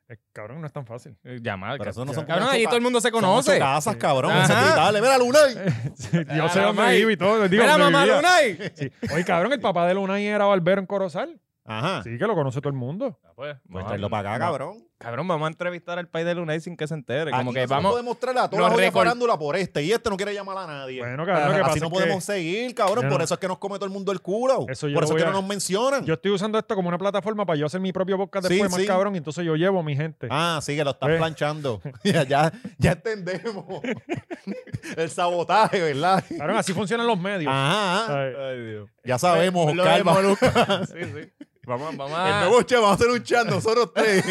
S2: Eh, Cabrón, no es tan fácil.
S4: Eh, Llamar.
S3: Pero eso no
S4: ca-
S3: son
S4: cabrón,
S3: como-
S4: ahí todo el mundo se
S3: Son
S4: conoce.
S3: ocho casas, cabrón.
S4: Ajá.
S3: Dale, mira Luna.
S2: Yo sé
S4: Ah,
S2: dónde
S4: Lunay.
S2: vivo y todo. Digo,
S4: Mira,
S2: dónde
S4: mamá
S2: vivía.
S4: Lunay.
S2: Sí. Oye, cabrón, el papá de Lunay era barbero en Corozal.
S3: Ajá.
S2: Sí, que lo conoce todo el mundo.
S4: Ah, pues,
S3: Pues
S4: vamos a-
S3: traerlo para acá, cabrón.
S4: Cabrón, vamos a entrevistar al país de Lunay sin que se entere. Como
S3: Aquí
S4: que
S3: nosotros
S4: vamos.
S3: podemos traer a
S4: nos
S3: toda la joya
S4: recor-
S3: farándula por este y este no quiere llamar a nadie.
S2: Bueno, cabrón, lo que pasa
S3: Así no
S2: es
S3: podemos seguir, cabrón.
S2: Yo
S3: Por
S2: no-
S3: eso es que nos come todo el mundo el culo.
S2: Eso yo
S3: por
S2: lo
S3: eso
S2: voy
S3: es que
S2: a-
S3: no nos mencionan.
S2: que yo estoy usando esto como una plataforma para yo hacer mi propio podcast
S3: Sí,
S2: después, más
S3: sí.
S2: cabrón, y entonces yo llevo a mi gente.
S3: Ah, sí, que lo estás
S2: Eh.
S3: planchando. ya, ya, ya entendemos. el sabotaje, ¿verdad?
S2: Cabrón, así funcionan los medios.
S3: Ah. Ajá, ajá.
S2: Ay.
S3: ya sabemos,
S4: Lo
S3: Oscar.
S4: de
S3: va-
S4: Molusco. sí, sí. Vamos, vamos
S3: El
S4: a.
S3: nuevo che va a hacer un chat nosotros tres.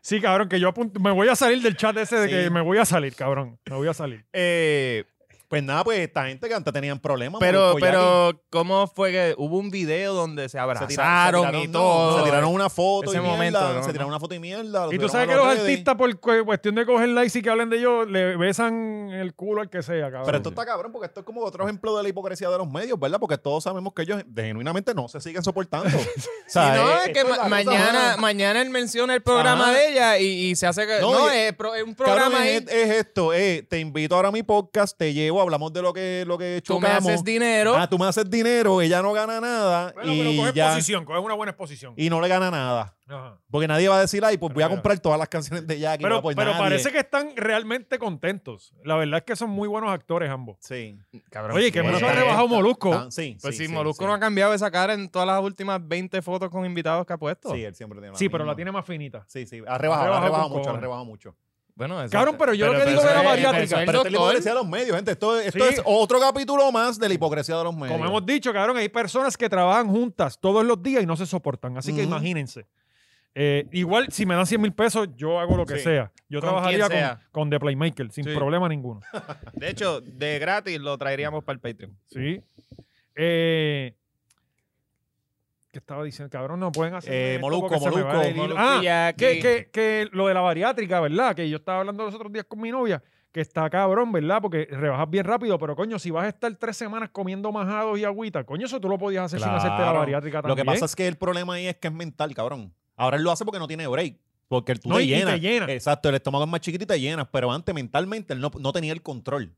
S2: Sí, cabrón, que yo apunto- me voy a salir del chat ese de
S3: Sí.
S2: que me voy a salir, cabrón. Me voy a salir.
S4: Eh,
S3: pues nada, pues esta gente que antes tenían problemas.
S4: pero,
S3: Molusco y Jackie.
S4: pero, ¿cómo fue que hubo un video donde se
S3: Se
S4: abrazaron
S3: tiraron, se
S4: y
S3: tiraron, no,
S4: todo?
S3: se tiraron una foto
S4: Ese
S3: y mierda,
S4: momento, no,
S3: se
S4: no.
S3: tiraron una foto y mierda. lo
S2: Y tú
S3: subieron
S2: sabes
S3: a
S2: que los
S3: las redes.
S2: artistas, por cu- cuestión de coger likes y que hablen de ellos, le besan el culo al que sea, cabrón.
S3: Pero esto está cabrón porque esto es como otro ejemplo de la hipocresía de los medios, ¿verdad? Porque todos sabemos que ellos de- genuinamente no se siguen soportando. O sea,
S4: Y no,
S3: eh,
S4: es que
S3: esto
S4: ma-
S3: la cosa
S4: mañana,
S3: más-
S4: mañana él menciona el programa
S3: Ajá.
S4: de ella y, y se hace que.
S3: No,
S4: No,
S3: y-
S4: es, pro- es un
S3: Cabrón,
S4: programa ahí.
S3: es, es esto, eh, te invito ahora a mi podcast, te llevo, hablamos de lo que lo que
S4: Tú me
S3: chocamos.
S4: haces dinero.
S3: Ah, tú me haces dinero, ella no gana nada
S2: Bueno, pero
S3: y
S2: coge
S3: ya
S2: exposición, coge una buena exposición.
S3: y no le gana nada,
S2: Ajá.
S3: porque nadie va a decir, "Ay, pues voy a
S2: Pero-
S3: comprar todas las canciones de Jackie."
S2: Pero, pero parece que están realmente contentos. La verdad es que son muy buenos actores ambos.
S3: sí.
S4: Cabrón,
S2: Oye, que
S4: sí.
S2: me
S3: Bueno,
S2: nos ha
S3: está-
S2: rebajado Molusco.
S3: Tan- sí,
S4: Pues
S3: sí,
S4: si
S3: sí,
S4: Molusco
S3: sí.
S4: no ha cambiado esa cara en todas las últimas 20 fotos con invitados que ha puesto.
S3: Sí, él siempre tiene
S2: Sí, pero la
S3: misma.
S2: tiene más finita.
S3: Sí, sí, ha rebajado, ha
S2: rebajado
S3: rebajado
S2: con
S3: mucho, ha
S2: cojones.
S3: rebajado mucho.
S4: Bueno, eso-
S2: Cabrón, pero yo lo que digo
S4: eso
S2: de la
S4: es-
S2: variática.
S4: eso es el
S3: Pero esta es la
S4: doctor.
S3: hipocresía de los medios, gente. Esto, esto
S2: Sí.
S3: es otro capítulo más de la hipocresía de los medios.
S2: Como hemos dicho, cabrón, hay personas que trabajan juntas todos los días y no se soportan. Así que
S3: Ujú.
S2: imagínense. Eh, igual, si me dan 100 mil pesos, yo hago lo que
S3: Sí.
S2: sea. Yo
S4: Con
S2: trabajaría
S4: quien sea.
S2: con, con The Playmaker, sin
S4: Sí.
S2: problema ninguno.
S4: De hecho, de gratis lo traeríamos para el Patreon.
S2: Sí. Eh, ¿Qué estaba diciendo? Cabrón, no pueden hacer.
S3: Eh,
S2: esto
S3: Molusco,
S2: porque se me
S3: Molusco,
S2: va el hilo.
S4: Molusco
S2: Ah,
S4: y Jackie.
S2: que, que, que lo de la bariátrica, ¿verdad? Que yo estaba hablando los otros días con mi novia, que está cabrón, ¿verdad? Porque rebajas bien rápido, pero coño, si vas a estar tres semanas comiendo majados y agüita, coño, eso tú lo podías hacer sin hacerte la
S3: Claro.
S2: bariátrica
S3: Lo
S2: también.
S3: que pasa es que el problema ahí es que es mental, cabrón. Ahora él lo hace porque no tiene break. Porque tú
S2: No,
S3: te
S2: y- y
S3: llenas.
S2: te llenas.
S3: Exacto, el estómago es más chiquito y te llenas. Pero antes, mentalmente, él no, no tenía el control.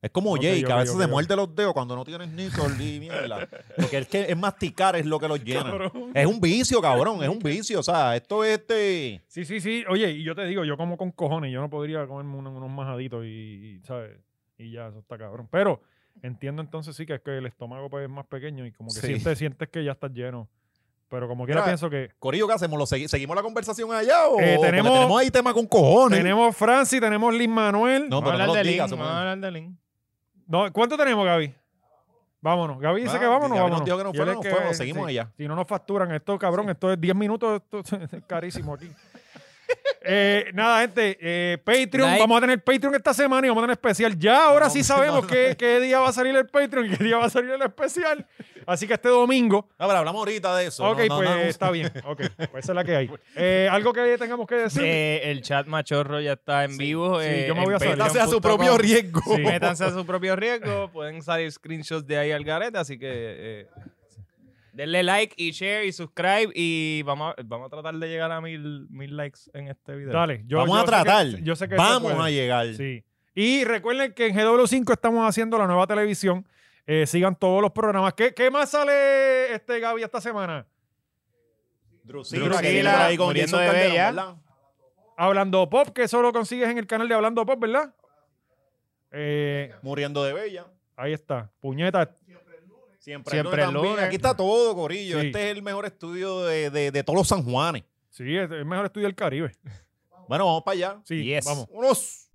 S3: Es como
S2: Ok,
S3: Jay, que
S2: ok,
S3: a veces
S2: ok,
S3: se
S2: ok.
S3: muerde los dedos cuando no tienes ni sol ni mierda. Porque es que es masticar es lo que los llena. Es un vicio, cabrón. Es un vicio. O sea, esto es este.
S2: Sí, sí, sí. Oye, y yo te digo, yo como con cojones, yo no podría comerme uno- unos majaditos y, y, ¿sabes? Y ya, eso está cabrón. Pero entiendo entonces sí que es que el estómago pues, es más pequeño y como que
S3: Sí.
S2: sientes, sientes que ya estás lleno. Pero como quiera
S3: Mira,
S2: pienso que
S3: Corillo, ¿qué hacemos? ¿Lo segui- ¿Seguimos la conversación allá? O
S2: Eh,
S3: porque
S2: tenemos-
S3: tenemos ahí tema con cojones.
S2: tenemos Franci, tenemos Lin Manuel. Ah,
S3: No, pero no lo digas.
S4: Lin,
S3: Samuel.
S4: vamos a hablar de Lin.
S2: No, ¿Cuánto tenemos, Gaby? Vámonos. Gaby dice
S3: Va,
S2: que vámonos,
S3: Gaby nos
S2: vámonos.
S3: dijo que nos
S2: Y él
S3: fuéramos,
S2: es
S3: fuéramos, seguimos allá.
S2: Si no nos facturan esto, cabrón, esto es 10 minutos, esto es carísimo aquí. Eh, nada, gente, eh, Patreon.
S4: Like.
S2: Vamos a tener Patreon esta semana y vamos a tener especial. Ya ahora sí sabemos qué, qué día va a salir el Patreon y qué día va a salir el especial. Así que este domingo.
S3: No, pero hablamos ahorita de eso.
S2: ok,
S3: No, no,
S2: pues
S3: no, no.
S2: está bien. Ok, pues esa es la que hay. Eh, Algo que tengamos que decir.
S4: Eh, el chat machorro ya está en vivo.
S2: sí,
S4: eh,
S2: yo me voy
S4: en
S2: a salir.
S3: Métase a su propio
S4: patreon.com.
S3: riesgo.
S2: pues, Sí.
S4: Métanse a su propio riesgo. Pueden salir screenshots de ahí al garete. Así que eh, denle like y share y subscribe. Y vamos a, vamos a tratar de llegar a mil, mil likes en este video.
S2: Dale, yo,
S3: Vamos
S2: yo
S3: a
S2: sé
S3: tratar.
S2: que- yo sé que se
S3: Vamos
S2: puede.
S3: a llegar.
S2: Sí. Y recuerden que en GW5 estamos haciendo la nueva televisión. Eh, sigan todos los programas. ¿Qué, qué más sale este Gaby esta semana?
S3: Drusila,
S5: Drusila,
S3: que viene por ahí con
S5: muriendo
S3: Jason
S5: de
S3: Calderón,
S5: bella.
S3: ¿verdad?
S2: Hablando Pop, que eso lo consigues en el canal de Hablando Pop, ¿verdad? Eh,
S3: Muriendo de bella.
S2: ahí está. Puñeta.
S3: Siempre,
S5: Siempre
S3: el
S5: el
S3: también.
S5: lunes.
S3: Aquí está todo, Corillo.
S2: Sí.
S3: Este es el mejor estudio de, de- de todos los San Juanes.
S2: Sí, es el mejor estudio del Caribe.
S3: Bueno, vamos para allá.
S2: Sí,
S5: Yes.
S2: vamos.
S3: Unos.